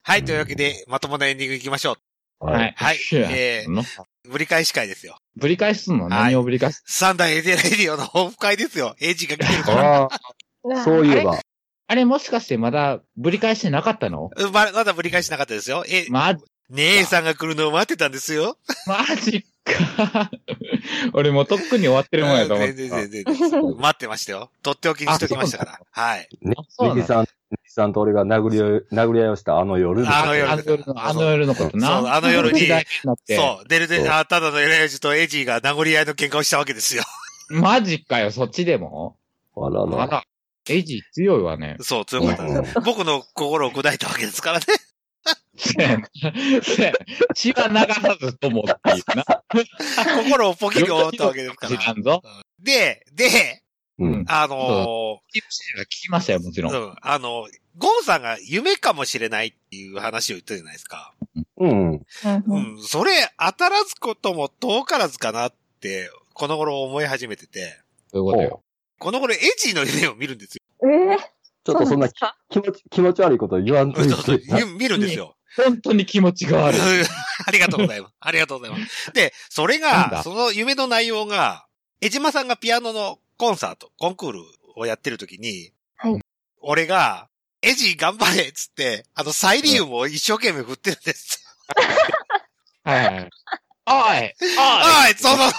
S1: はい、というわけで、まともなエンディングいきましょ
S10: はい。
S1: はい
S10: や
S1: えー
S10: その
S1: う。ぶり返し会ですよ。
S10: ぶり返すの
S1: はい
S10: 何をぶり返す
S1: 三代エデラエディオの抱負会ですよ。エイジが来てるから。
S2: あ
S3: う
S2: あ、
S3: わ
S2: そういえば、
S10: あれもしかしてまだぶり返してなかったの
S1: うんままだぶり返しなかったですよ。え、
S10: ま、
S1: 姉さんが来るのを待ってたんですよ。
S10: マジか。 俺もうとっくに終わってるもんやと思っ
S1: 全
S10: て
S1: 然
S10: た。
S1: 全然。待ってましたよ。とっておきにしときましたから。はい。
S2: ね
S10: あ、そうな
S2: ミ
S10: の
S2: キさん、ミキさんと俺が殴り合い、殴り合いをしたあの夜
S1: あの夜
S10: あの夜の、あの夜のことな。
S1: そうあの夜に
S10: 大事になって
S1: そう。デル
S2: そう
S1: デ、あ、ただのエラヨジとエイジーが名残り合いの喧嘩をしたわけですよ。
S10: マジかよ、そっちでも
S2: あら
S10: あ
S2: ら。
S10: ら、エイジ強いわね。
S1: そう、強かったです。僕の心を砕いたわけですからね。
S10: せやなせやな血は流さずともって いうな。
S1: 心をポキリ折ったわけですか
S10: 知ら
S1: ら。
S10: んぞ。
S1: で、で、
S2: うん。
S1: あの
S10: 聞きましたよ、もち
S1: ー
S10: ろん。
S1: うんあのーゴンさんが夢かもしれないっていう話を言ったじゃないですか。
S2: うん。
S3: う
S1: うんん、それ当たらずことも遠からずかなって、この頃思い始めてて、
S10: そういうこ
S2: ほ
S10: と
S2: う
S10: よ。
S1: この頃エイジーの夢を見るんですよ。
S3: えー
S2: ちょっとそんな
S3: うですか
S2: 気持ち、気持ち悪いこと言わんとい
S1: そうそう
S2: て。
S1: ゆ 見るんですよ。
S10: 本当に気持ちが悪 い。
S1: ありがとうございます。ありがとうございます。で、それ
S10: なん
S1: が、
S10: だ
S1: その夢の内容が、江島さんがピアノのコンサート、コンクールをやってる時に、
S3: はい
S1: 俺が、エジ頑張れっつって、あの、サイリウムを一生懸命振ってるんです。
S10: はいはい。おいお
S1: はい、その、
S10: い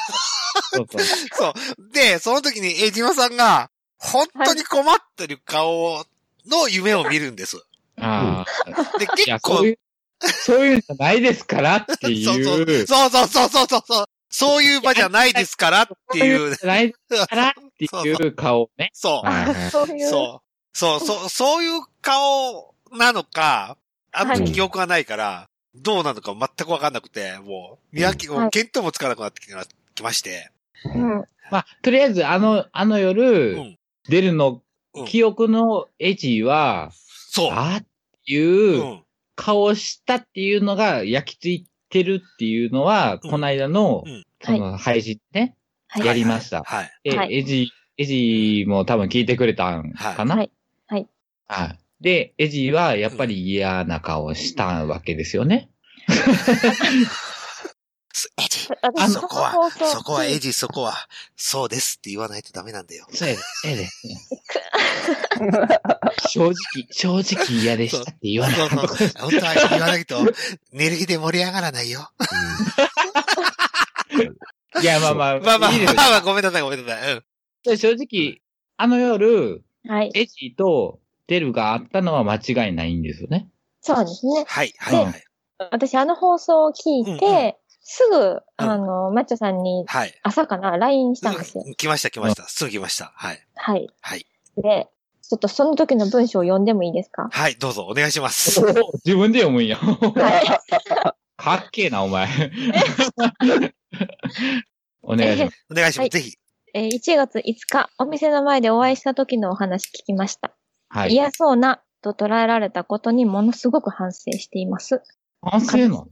S10: そうそ
S1: そ
S10: う
S1: う。で、その時に江島さんが、本当に困ってる顔の夢を見るんです。
S10: ああ。
S1: で、
S10: い
S1: 結
S10: や、
S1: 構
S10: そう、いう、そういうのじゃないですからっていう。
S1: そうそうそうそうそうそうそう。そういう場じゃないですからっていう。
S10: じゃないですからっていう顔ね。
S1: そう。
S10: はいはい
S3: そういう。
S1: そう。そう、そう、そういう顔なのか、あの時記憶がないから、どうなのか全くわかんなくて、もう、見分け、
S3: はい
S1: もう見当もつかなくなってきまきまして。
S3: うん。
S10: まあ、とりあえず、あの、あの
S1: う
S10: 夜、
S1: ん。
S10: 出るの、
S1: うん
S10: 記憶のエジは、
S1: そう。
S10: あーって
S1: う。
S10: いうん顔をしたっていうのが焼き付いてるっていうのは、
S1: うん
S10: この間の
S1: うん、
S10: その配信ね、
S3: はい
S10: やりました。
S1: はい。
S10: で
S3: はい
S10: エジ、エジも多分聞いてくれたんかな、
S3: は
S10: はいい、
S3: はい
S10: で、エジはやっぱり嫌な顔したわけですよね。
S1: すエイジ、
S3: 私
S1: そこは、そこはエイジ、そこは、そうですって言わないとダメなんだよ。
S10: そうやで、そうやで。 正直、正直嫌でしたって言わない。
S1: そうそう。本当は言わないと、寝る日で盛り上がらないよ。
S10: いや、まあまあ、
S1: まあまあ、
S10: いいです
S1: まあまあ、ごめんなさい、ごめんなさい。うん。
S10: で正直、あの夜、
S3: はい。
S10: エジとデルがあったのは間違いないんですよね。
S3: そうですね。
S1: はい、はい、はい。
S3: 私あの放送を聞いて、すぐ、あの、マッチョさんに、
S1: はい
S3: 朝かな、LINE したんですよ。
S1: 来ました、来ました。すぐ来ました。はい。
S3: はい。
S1: はい。
S3: で、ちょっとその時の文章を読んでもいいですか
S1: はい、どうぞ、お願いし ます。
S10: 自分で読むんや。 かっけえな、お前。 お願いします。
S1: お願いし
S3: ますはいぜ
S1: ひ。
S3: えー1月5日、お店の前でお会いした時のお話聞きました。
S10: はい。
S3: 嫌そうな、と捉えられたことにものすごく反省しています。
S10: 反省なの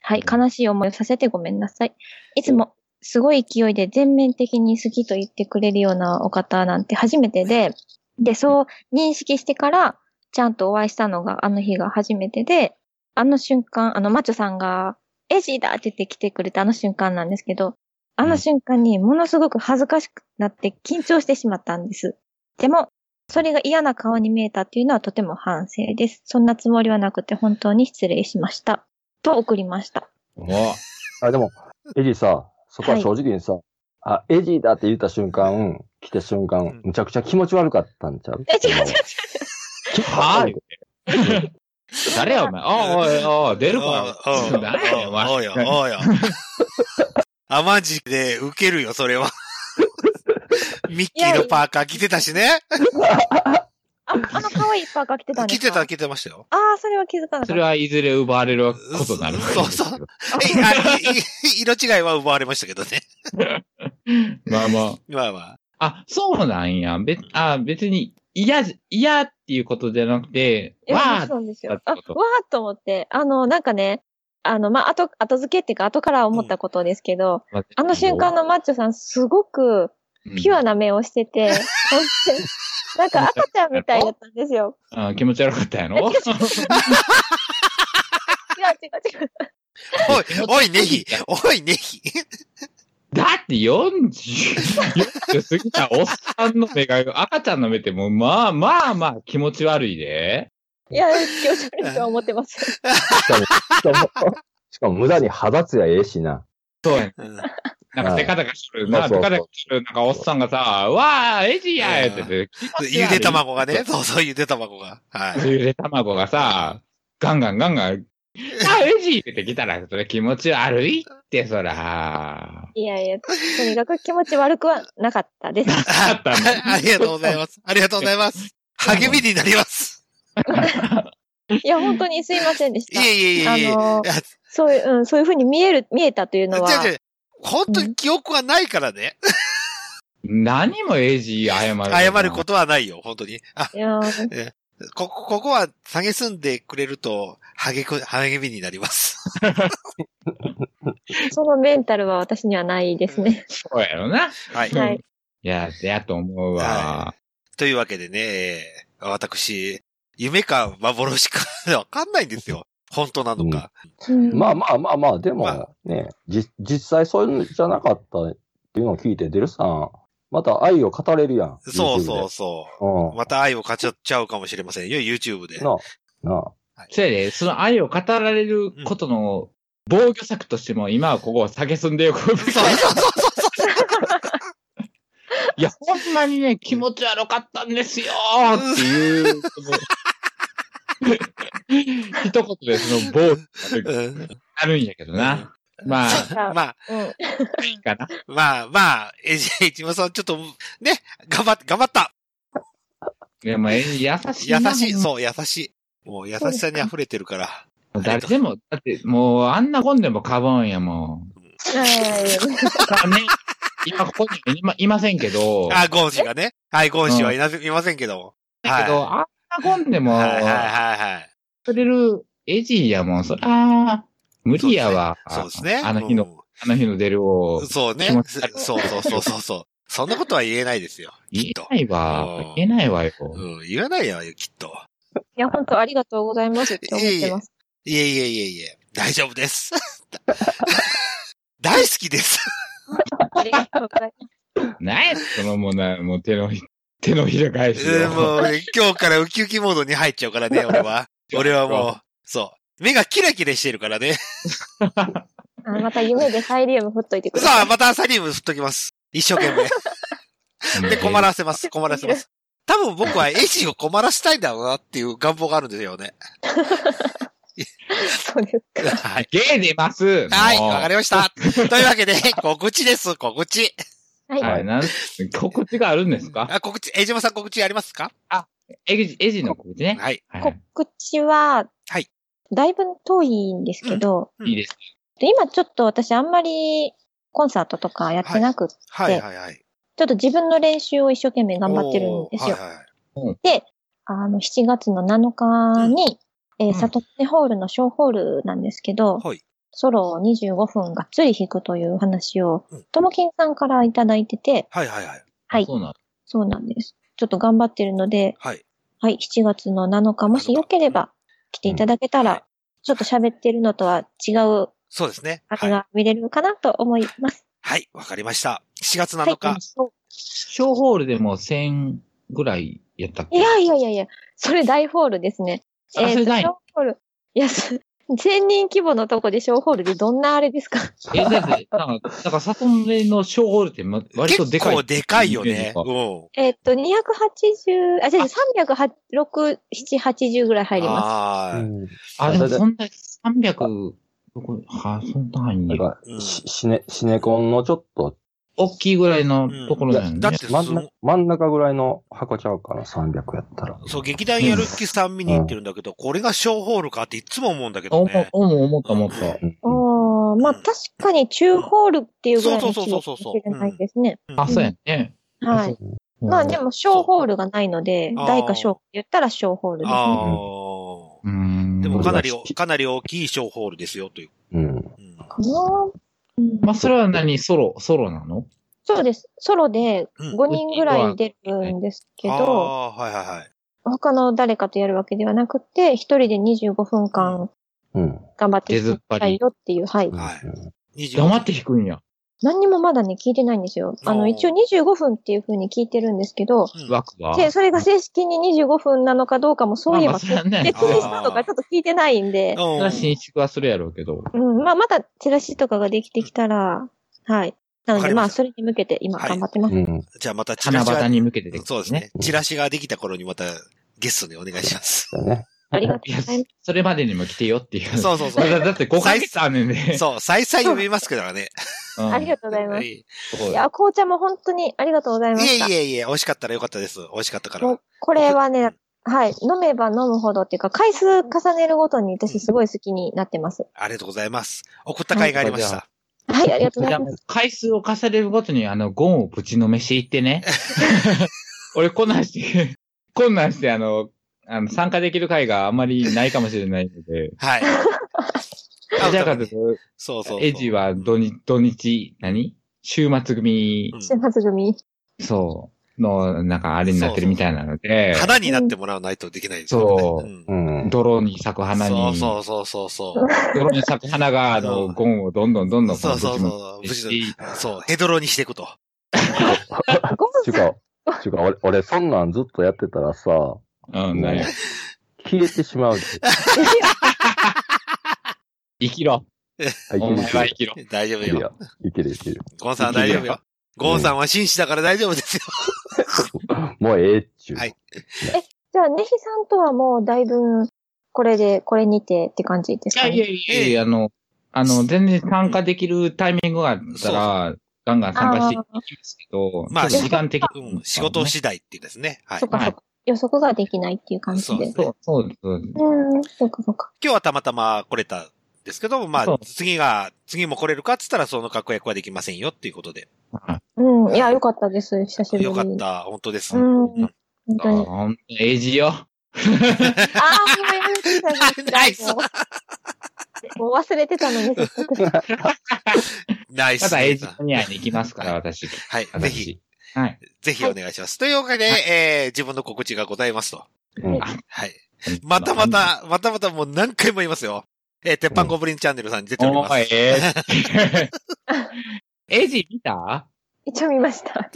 S3: はい、悲しい思いをさせてごめんなさい。いつも、すごい勢いで全面的に好きと言ってくれるようなお方なんて初めてで、で、そう認識してから、ちゃんとお会いしたのがあの日が初めてで、あの瞬間、あの、マチョさんが、エイジーだって言って来てくれたあの瞬間なんですけど、あの瞬間にものすごく恥ずかしくなって緊張してしまったんです。でも、それが嫌な顔に見えたっていうのはとても反省です。そんなつもりはなくて本当に失礼しました。と送りました。
S2: あ、でも、エジさ、そこは正直にさ、あ、エジだって言った瞬間、来た瞬間、むちゃくちゃ気持ち悪かったんちゃう
S3: え、違う違う違う。
S10: はぁ誰や、お前。あおい、あ出るか
S1: おう
S10: 誰やねんお前
S1: おうよ、おうよ。あ、マジで、ウケるよ、それは。ミッキーのパーカー着てたしね。
S3: あ、あの可愛いパーカー着てたんで
S1: 着
S3: す
S1: て
S3: か
S1: た、着てましたよ。
S3: ああ、それは気づかな
S10: そ
S3: か
S10: れ
S3: っ
S10: はいずれ奪われることになる。そうそう。
S1: え、あ、いい色違いは奪われましたけどね。
S10: まあまあ。
S1: まあまあ。
S10: あ、そうなんや。べあ別に嫌じ、嫌っていうことじゃなくて、
S3: た。
S10: わ
S3: え、
S10: あ
S3: そうなんですよ。あ、
S10: だ
S3: わ
S10: ってこと
S3: ーっと思って、あの、なんかね、あの、まあ、後、後付けっていうか、後から思ったことですけど、
S10: まあ
S3: あの瞬間のマッチョさん、すごく、ピュアな目をしてて、本当になんか赤ちゃんみたいだったんですよ。
S10: あ気持ち悪かったやろ
S3: 違う違う違う。
S1: おい、おい、ネギ、おい、ネギ。
S10: だって40、40過ぎたおっさんの目が、赤ちゃんの目ってもう、まあまあまあ気持ち悪いで。
S3: いや、気持ち悪いとは思ってます。
S2: しかも、しかも無駄に肌ツヤええしな。
S10: そうやね。なんか、テカテカしとるな、テカテカしとる、なんか、おっさんがさ、わあ、エジやーって言って、
S1: ゆで卵がね、そうそう、ゆで卵が。はい。
S10: ゆで卵がさ、ガンガンガンガン、あ、エジーって来たら、それ気持ち悪いって、そ ら。
S3: いやいや、とにかく気持ち悪くはなかったです。
S10: あったね。
S1: ありがとうございます。ありがとうございます。励みになります。
S3: いや、本当にすいませんでした。
S1: いえいえいえいえ
S3: あの
S1: いや、
S3: そういう、うん、そういうふうに見える、見えたというのは。
S1: じゃじゃ本当に記憶はないからね。
S10: 何もエイジ謝る。
S1: 謝ることはないよ、本当に。あ、
S3: いやー
S1: えここ、ここは、下げすんでくれると、励く、励みになります。
S3: そのメンタルは私にはないですね。
S10: そうやろな。
S1: はい。
S3: はい
S1: い
S10: や、でやと思うわ。
S1: というわけでね、えー私、夢か幻かわかんないんですよ。本当なのか。
S2: まあまあまあまあ、でもね、じ、実際そういうのじゃなかったっていうのを聞いて、デルさん、また愛を語れるやん。
S1: そうそうそう。また愛を勝っちゃうかもしれませんよ、YouTube で。
S2: なあ、なあ。
S10: そうやで、その愛を語られることの防御策としても、今はここを下げすんでよ、こう いういや、ほんまにね、気持ち悪かったんですよーっていう、その 一言でその防御
S1: が
S10: あるんやけどな。まあ、
S1: まあ、
S10: いいかな。
S1: まあまあ、えじ、えじまさん、ちょっと、ね、頑張っ、頑張った
S10: でも、え優しい
S1: 優
S10: な。
S1: しい、そう、優しい。もう優しさに溢れてるから。
S10: もう誰でも、だって、もう、あんなこんでもかばんや、もう。今、ここに今いませんけど。
S1: あ、ゴンシがね。はい、ゴンシはいなせいませんけども。はい。
S10: けど、あんなこんでも、
S1: はいはいはいはい。
S10: くれるエジーやもん、そら、無理やわ。
S1: そうですね
S10: あの日の、あの日の出るを。
S1: そうね
S10: 気持。ち
S1: そうそうそうそうそう。そんなことは言えないですよ。
S10: 言えないわ。言えないわよ。
S1: うん、言わないわよ、きっと。
S3: いや、本当ありがとうございますって思ってます。
S1: いえいえいえいえ、大丈夫です。 大好きです。
S3: ありがとうございます。
S10: ないそのもうな、もう手のひ、手のひら返し
S1: えーも
S10: よ。
S1: うね、今日からウキウキモードに入っちゃう からね、俺は。俺はもう、そう。目がキラキラしてるからね。
S3: あまた夢でサイリウム振っといてくだ
S1: さ
S3: さ
S1: あ、
S3: い。
S1: またサリウム振っときます。一生懸命。で、困らせます。困らせ ます。多分僕はエジを困らせたいんだろうなっていう願望があるんですよね。
S3: そうですか。
S1: はい。
S10: 芸出ます。
S1: はい、
S10: もう
S1: わかりました。 というわけで、告知です、告知。
S3: はい
S10: はい、なん告知があるんですか
S1: あ、告知、江島さん告知ありますか
S10: あ、エジ、エジの告知ね。
S1: はい。
S3: 告知は、
S1: はい。
S3: だいぶ遠いんですけど、
S10: いいです。
S3: で今ちょっと私あんまりコンサートとかやってなくって、
S1: はい、はい、はい。
S3: ちょっと自分の練習を一生懸命頑張ってるんですよ。
S1: おーはいはい
S3: で、あの、7月の7日に、えー、サトネホールのショーホールなんですけど、
S1: はい
S3: ソロを25分がっつり弾くという話を、ともきんさんからいただいてて、
S1: はい、はい、はい。
S3: はい。
S10: そうなん
S3: そうなんです。ちょっと頑張ってるので、
S1: はい。
S3: はい、7月の7日、もしよければ来ていただけたら、ちょっと喋ってるのとは違う、
S1: そうですね。
S3: あれが見れるかなと思います。
S1: はい、わかりました。7月
S3: はい
S1: 7日。
S10: ショーホールでも1000ぐらいやったっけ
S3: いやいやいやいや、それ大ホールですね。
S10: あそれ大
S3: ショーホール。いや、す1000人規模のとこで小ホールでどんなあれですか
S10: え、だって、なんか、なんか、サトンレのショーホールって、ま、割とでかい。
S1: 結構でかいよね
S10: うん。
S3: えっと、280、あ、じゃあ306、7、80ぐらい入ります。
S2: はい。
S10: あ、でもそんな
S2: 300、
S10: はそんな範囲
S2: なんか、しシネ、シネコンのちょっと、
S10: 大きいぐらいの
S1: ところだよねうんだってすご
S2: 真ん中真ん中ぐらいの箱ちゃうかな、300やったら。
S1: そう、劇団やる気さん見に行ってるんだけど、これが小ホールかっていつも思うんだけど
S10: 思
S1: ね。
S10: 思思った思った。
S3: おーまあ確かに中ホールっていうぐらいの
S1: そう
S3: 規
S1: そう
S3: 模
S1: そうそ
S3: かも
S1: う
S3: しれないですね。
S10: あ、そうやね。
S3: はい。まあでも、小ホールがないので、
S1: あー
S3: 大か小って言ったら小ホールです
S1: あ
S3: ね。
S1: あ。でもかなり、かなり大きい小ホールですよ、という。
S2: うん。
S10: まあ、それは何ソロ、ソロなの
S3: そうです。ソロで5人ぐらい出るんですけ
S1: あ
S3: ど、
S1: あ、はいはいはい。
S3: 他の誰かとやるわけではなくて、一人で25分間
S2: うん。
S3: 頑張って
S10: 出ずっ
S3: いき
S10: ぱ
S3: たい
S10: り。
S3: よっていう、はい。
S10: 黙って弾くんや。
S3: 何にもまだね、聞いてないんですよ。あ
S10: お
S3: の、
S10: ー
S3: 一応25分っていうふうに聞いてるんですけど、
S10: 枠は。
S3: で、それが正式に25分なのかどうかも、そういえ
S10: ま
S3: ば、
S10: あそれは ね
S3: 設定したのかちょっと聞いてないんで、
S10: それは伸縮はするやろうけど。
S3: うん、まあ、まだチラシとかができてきたら、はい。なの
S1: わか
S3: で、
S1: り
S3: ま
S1: ま
S3: あ、それに向けて今頑 張ってます。
S1: じゃあまたチラシ
S10: 七
S1: が
S10: 夕、に向けてで
S1: そうですね。チラシができた頃にまたゲストでお願いします。
S3: ありがと
S10: うそれまでにも来てよっていう。
S1: そうそうそう
S10: だだって5ヶ月あんねんね。
S1: そう、再々呼びますからね。
S3: ありがとうございます。
S1: い
S3: いや、紅茶も本当にありがとうございました。
S1: えいえいえ、美味しかったらよかったです。美味しかったから。
S3: もうこれはね、はい、飲めば飲むほどっていうか、回数重ねるごとに私すごい好きになってます。
S1: ありがとうございます。送った甲斐がありまし
S10: じゃ
S1: た。
S3: はい、ありがとうございます。
S10: 回数を重ねるごとに、あの、ゴンをぶちのめしていっ てね。俺、こんなんして、こんなんして、あの、あの参加できる会があんまりないかもしれないので。
S1: はい。
S10: じゃあかつ、
S1: そう
S10: そう。エジは土日、土日、何週末組、
S3: 週末組。
S10: そう、の、なんかあれになってるみたいなので。
S1: 花になってもらわないとできないです。
S10: そう、泥に咲く花に。
S1: そうそうそうそうそう。
S10: 泥に咲く花が、あの、ゴンをどんどんどんどんこ
S1: そうそうそう。
S10: ぶ
S1: 無
S10: ち
S1: 事の、そう、ヘドロにしていくと。
S2: ちゅうか、ちゅうか、俺、俺、そんなんずっとやってたらさ、
S10: うん、
S2: 消えてしまうで。
S10: 生きろ。
S2: お
S10: 前は生きろ。
S1: 大丈夫よ。
S2: いけるいける。
S1: ゴンさんは大丈夫よ。ゴンさんは紳士だから大丈夫ですよ。
S2: もうええっちゅう。
S1: はい。
S3: え、じゃあ、ネヒさんとはもうだいぶ、これで、これにてって感じですかね。
S10: いやいやいや、あの、あの、全然参加できるタイミングがあったら、ガンガン参加していきますけど、
S1: まあ
S10: ちょっと時間的
S1: うん仕事次第っていうですね。はい。
S3: そっかそっか。予測ができないっていう感じで。
S10: そうそうそう。
S3: うん、そっかそっか。
S1: 今日はたまたま来れたんですけど、ま
S10: そ
S1: あ
S10: う、
S1: 次が、次も来れるかって言ったら、その確約はできませんよっていうことで。
S3: うん、いや、よかったです。久しぶり
S1: よ
S3: に。
S1: かった、本当です。
S3: うん、本当に。
S10: ほんと、エイジ
S3: あ
S10: よ。
S3: あ、もうやめてたんですもうもう忘れてたのに、せっかく。
S1: ナイス。、
S10: ただ、エイジニアに行きますから、私。はい
S1: ぜひ。
S10: はい。
S1: ぜひお願いします。というわけで、えー自分の告知がございますと。
S10: うん
S1: はい。またまた、またまたもう何回も言いますよ。えー鉄板ゴブリンチャンネルさんに出ております。
S10: おーえー エイジ見た
S3: 一応見ました。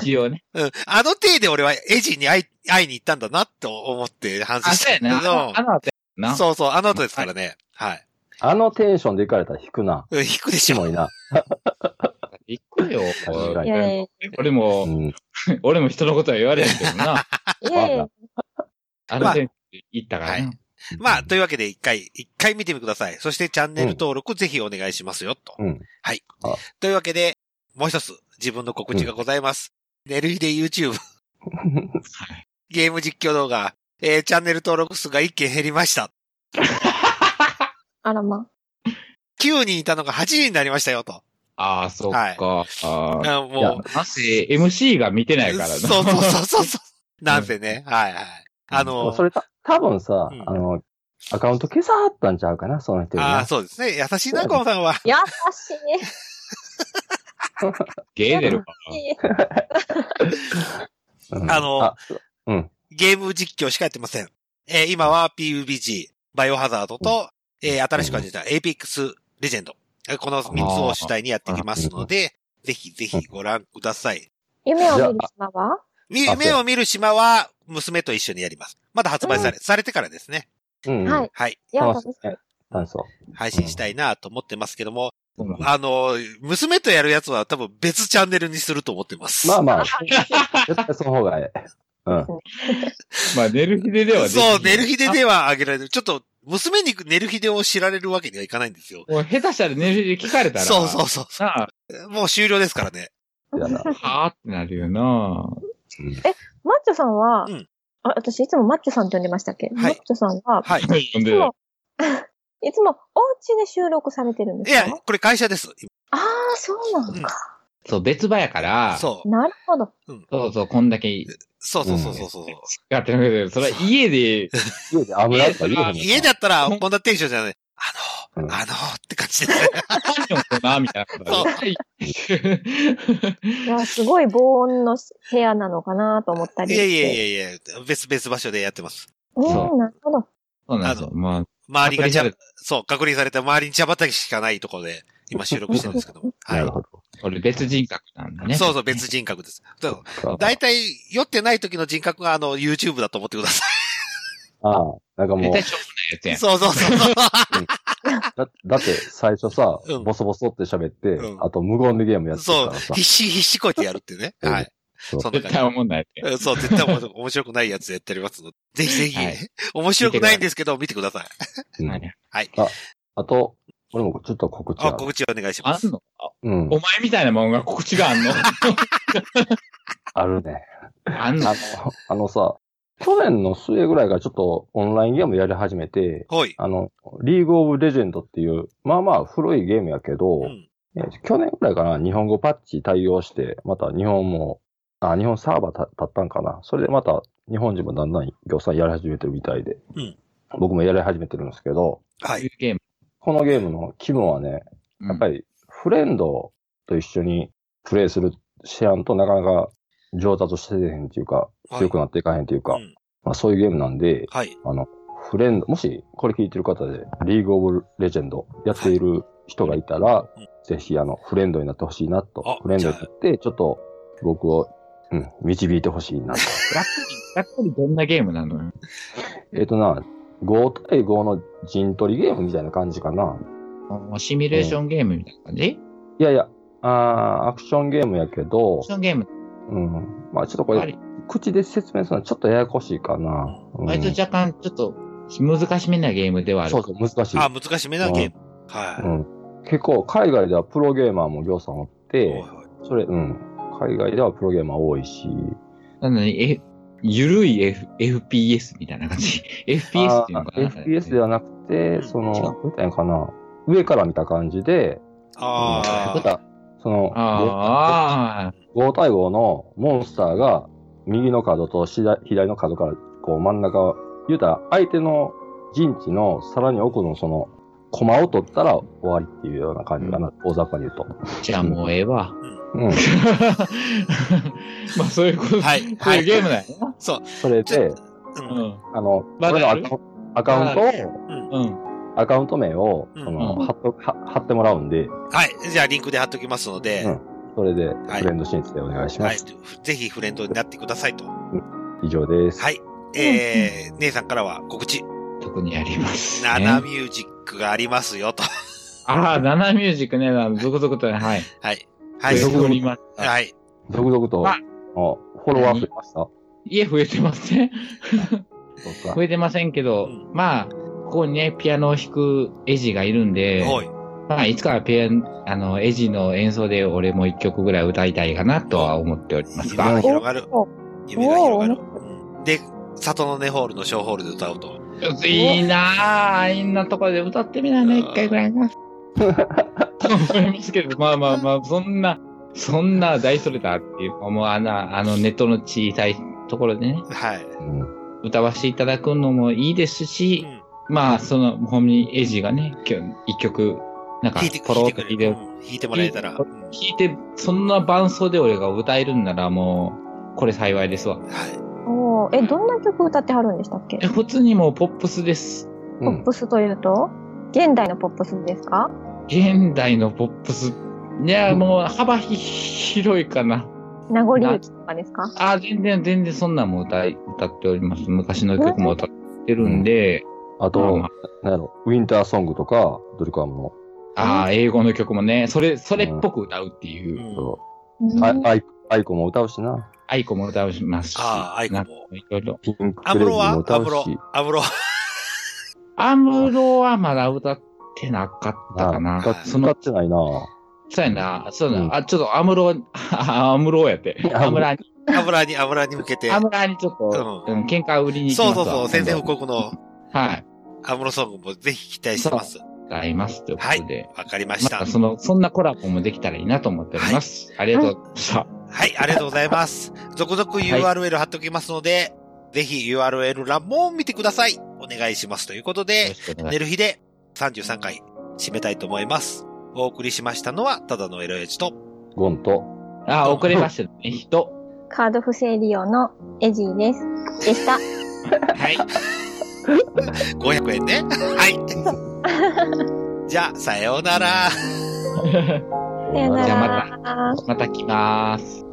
S10: 一 応ね。
S1: うん。あの体で俺はエジに会い、会いに行ったんだなって思って反省したけど。
S10: あそうやねあのあの後な
S1: そうそう、あの後ですからね。はい。
S2: あのテンションで行かれたら引くな。
S1: 引くでしょ。
S2: もいな。
S10: びっくりよ。
S2: いやいやいや
S10: 俺も、俺も人のことは言われへんけどな。
S3: いやいや
S10: あの店行ったからね。
S1: まあ、というわけで一回、一回見てみてください。そしてチャンネル登録ぜひお願いしますよ、と。
S2: うん。
S1: はい
S2: あ。
S1: というわけで、もう一つ、自分の告知がございます。寝る日で YouTube、ゲーム実況動画、えーチャンネル登録数が1件減りました。
S3: あらま。
S1: 9人いたのが8人になりましたよ、と。
S10: ああ、そっか。あ
S1: あ
S10: あ
S1: もう
S10: いやなぜ MC が見てないからな。
S1: そうそうそうそうそう。なんせね、はいはい。あの、
S2: それた、多分さ、あの、アカウント消さはったんちゃうかな、その人にね、
S1: ああ、そうですね。優しいな、このさんは。
S3: 優し
S10: ゲーデル
S3: い。
S1: あの、
S2: うん。
S1: ゲーム実況しかやってません。えー今は PUBG、バイオハザードと、えー新しく始めた APX レジェンド。えーこの3つを主体にやっていきますので、ぜひぜひご覧ください。
S3: 夢を見る島は
S1: み夢を見る島は、娘と一緒にやります。まだ発売され、されてからですね。
S2: うんうん
S3: はい
S1: はい。
S3: いや、楽しみ。
S2: 炭素。
S1: 配信したいなと思ってますけども、あの、娘とやるやつは多分別チャンネルにすると思ってます。
S2: まあまあ、絶対その方がええ。うん。
S10: まあ、寝る日でではできない
S1: そう、寝る日でではあげられる。ちょっと、娘に寝る日でを知られるわけにはいかないんですよ。
S10: もう下手したら寝る日で聞かれたら。。
S1: そうそうそう
S10: な
S1: もう終了ですからね。
S10: はあってなるよな。
S3: マッチョさんは、あ私いつもマッチョさんって呼んでましたっけ、マッチョさんは、、
S1: はい
S10: い。
S3: つも、いつもお家で収録されてるんで
S1: い
S3: すか
S1: や、これ会社です。
S3: ああ、そうなのか。
S10: そう、別場やから。
S1: そ
S3: なるほど。
S10: う。そうそう、こんだけ。
S1: そうそうそうそうそう。
S10: やってるけど、それは家で。
S2: 家で油
S1: 家家だったら、こんなテンションじゃない。あのー、あのーって感じ ですね。
S10: な、みたいな。
S3: いや、すごい防音の部屋なのかなと思ったり
S1: い
S3: し
S1: や
S3: て。
S1: いやいやいや、別、別場所でやってます。
S3: うん、なるほど。
S10: そうなんですよ。まあ。
S1: 周りがちゃ
S10: 隔離され、
S1: そう、隔離された周りに茶畑しかないところで、今収録してるんですけども。
S10: なるほど。これ別人格なんだね。
S1: そうそう、別人格です。そう
S10: そう
S1: 大体、酔ってない時の人格が、あの、YouTube だと思ってくださ
S2: ああ、なんかも
S1: 絶
S2: う
S1: 対、
S10: しょう
S1: い。そうそうそうそう。
S2: だだって最初さ、ボソボソって喋って、あと無言でゲームやってた
S1: そ
S2: か
S1: う
S2: らさ、。
S1: 必死必死こいてやるっていうね。はい。
S2: そう
S1: そんな感じ
S10: 絶対思んないって
S1: うんそう、絶対面白く面白くないやつやっておりますので。ぜひぜひ、面白くないんですけど、見てください。
S10: うん
S1: はい。
S2: あ、あと、俺もちょっと告知あ
S1: あ、
S2: る。
S1: 告知お願いします。
S2: うん
S10: お前みたいなもんが告知があ んの
S2: あるね。
S10: あの
S2: あの、さ、去年の末ぐらいからちょっとオンラインゲームやり始めて、あの、リーグオブレジェンドっていう、まあまあ古いゲームやけど、え去年ぐらいかな、日本語パッチ対応して、また日本も、あ、日本サーバーた立ったんかな。それでまた日本人もだんだん業産やり始めてるみたいで、
S1: うん。
S2: 僕もやり始めてるんですけど、
S1: はい。
S10: ゲーム。
S2: このゲームの気分はね、やっぱりフレンドと一緒にプレイするシェアンとなかなか上達してへんっていうか、
S1: はい
S2: 強くなっていかへんっていうか、まあそういうゲームなんで、
S1: はい
S2: あの、フレンド、もしこれ聞いてる方で、リーグオブレジェンドやっている人がいたら、ぜひあの、フレンドになってほしいなと、フレンドになって、ちょっと僕を、うん、導いてほしいな と。
S10: やっぱりどんなゲームなのよ。
S2: えっとな、5対5の陣取りゲームみたいな感じかな。
S10: シミュレーションゲームみたいな感じ、
S2: いやいや、あーアクションゲームやけど、アク
S10: ションゲーム
S2: うん。まあちょっとこれ、口で説明するのはちょっとややこしいかな。うん
S10: 割と若干ちょっと難しめなゲームではある。
S2: そうそう、難しい。
S1: あ、難しめなゲーム。はい。
S2: うん。結構、海外ではプロゲーマーもぎょうさんおって、それ、うん。海外ではプロゲーマー多いし。
S10: なのに、え、ゆるい、F、FPS みたいな感じ。FPS っていうのかな
S2: あ FPS ではなくて、その、どう言ったらいいのかな。上から見た感じで、
S1: あ
S2: うんたその、
S10: あ
S2: 5対5のモンスターが右の角としだ左の角からこう真ん中を、言うたら相手の陣地のさらに奥のその、駒を取ったら終わりっていうような感じかな、大雑把に言うと。
S10: じゃあもうえ えわ。
S2: うん。
S10: まあそういう こと、はい、そういうゲームだよ。
S1: そう。
S2: それで、
S10: うん。
S2: あの、
S10: まだ
S2: 俺の
S10: あ
S2: ア
S10: る
S2: カアカウント
S10: ま
S2: を
S10: だあ、うん。
S2: アカウント名を、
S1: うん
S2: その、貼っと貼貼ってもらうんで、
S1: はい。じゃあ、リンクで貼っときますので、
S2: うん。それで、フレンド申請お願いしま
S1: はい
S2: す。。
S1: ぜひフレンドになってくださいと。
S2: 以上です。
S1: はい。えー、姉さんからは告知。
S10: 特にあります、
S1: ナナミュージックがありますよと。
S10: ああ、ナナミュージックね、あの続々とね、はい。
S1: はい。
S10: はい。続々ま
S1: はい。
S2: 続々と、あフォロワー増えました
S10: いえ、増えてません。
S2: か
S10: 増えてませんけど、まあ、ここにね、ピアノを弾くエジがいるんで、
S1: はい。
S10: まあ、いつかはピアノ、あの、エジの演奏で俺も一曲ぐらい歌いたいかなとは思っております
S1: 夢が
S10: が。
S1: 広がる。夢が広がる。で、里の根ホールの小ホールで歌うと。
S10: いいなぁ、あんなところで歌ってみないな、一回ぐらいな。と思いますけど、まあまあまあ、そんな、そんな大それたっていう、もうあの、あのネットの小さいところでね、
S1: はい。
S10: 歌わせていただくのもいいですし、まあ、その、ほんにエイジがね、今日一曲、なんか、ポロッと弾いて、
S1: 弾いてもらえたら。
S10: 弾いて、そんな伴奏で俺が歌えるんならもう、これ幸いですわ。
S3: おーえ、どんな曲歌ってはるんでしたっけ
S10: え普通にもうポップスです。
S3: ポップスというと、現代のポップスですか
S10: 現代のポップス。いや、もう幅ひ広いかな。
S3: 名残雪とかですか
S10: あ、全然、全然そんなんも歌い、歌っております。昔の曲も歌ってるんで。
S2: あと、なんやろ、ウィンターソングとか、ドリカムの。
S10: ああ、英語の曲もね、それ、それっぽく歌うっていう。
S2: そうああいアイコも歌うしな。
S10: アイコも歌うしますし。
S1: ああ、アイコも。
S10: いろいろ。
S2: ピンク
S1: アムロはアムロ。アムロ。
S10: アムロはまだ歌ってなかったかな。その
S2: ってないな
S10: そうやな。そうやな。あ、ちょっとアムロ、 あアムロやって。 アムラに、
S1: 油に、油に向けて。
S10: アムラにちょっと、うん喧嘩売りに行き
S1: そ
S10: ま
S1: う
S10: すわ
S1: そうそう、宣戦布告の
S10: はい。
S1: アムロソングもぜひ期待してます。
S10: 歌いますということで。
S1: わかりまし
S10: ま
S1: た。
S10: たその、そんなコラボもできたらいいなと思っております。ありがとうございました。
S1: はい、ありがとうございます。続々 URL 貼っておきますので、ぜひ URL 欄も見てください。お願いします。ということで、寝る日で33回締めたいと思います。お送りしましたのは、ただの LH と、
S2: ゴンと。
S10: あ、遅れましたね、人。
S3: カード不正利用のエジーです。でした。
S10: はい。
S1: 500円ね。 はい。じゃあ、さようなら。
S3: さよなら。
S10: じゃあまた、また来ます。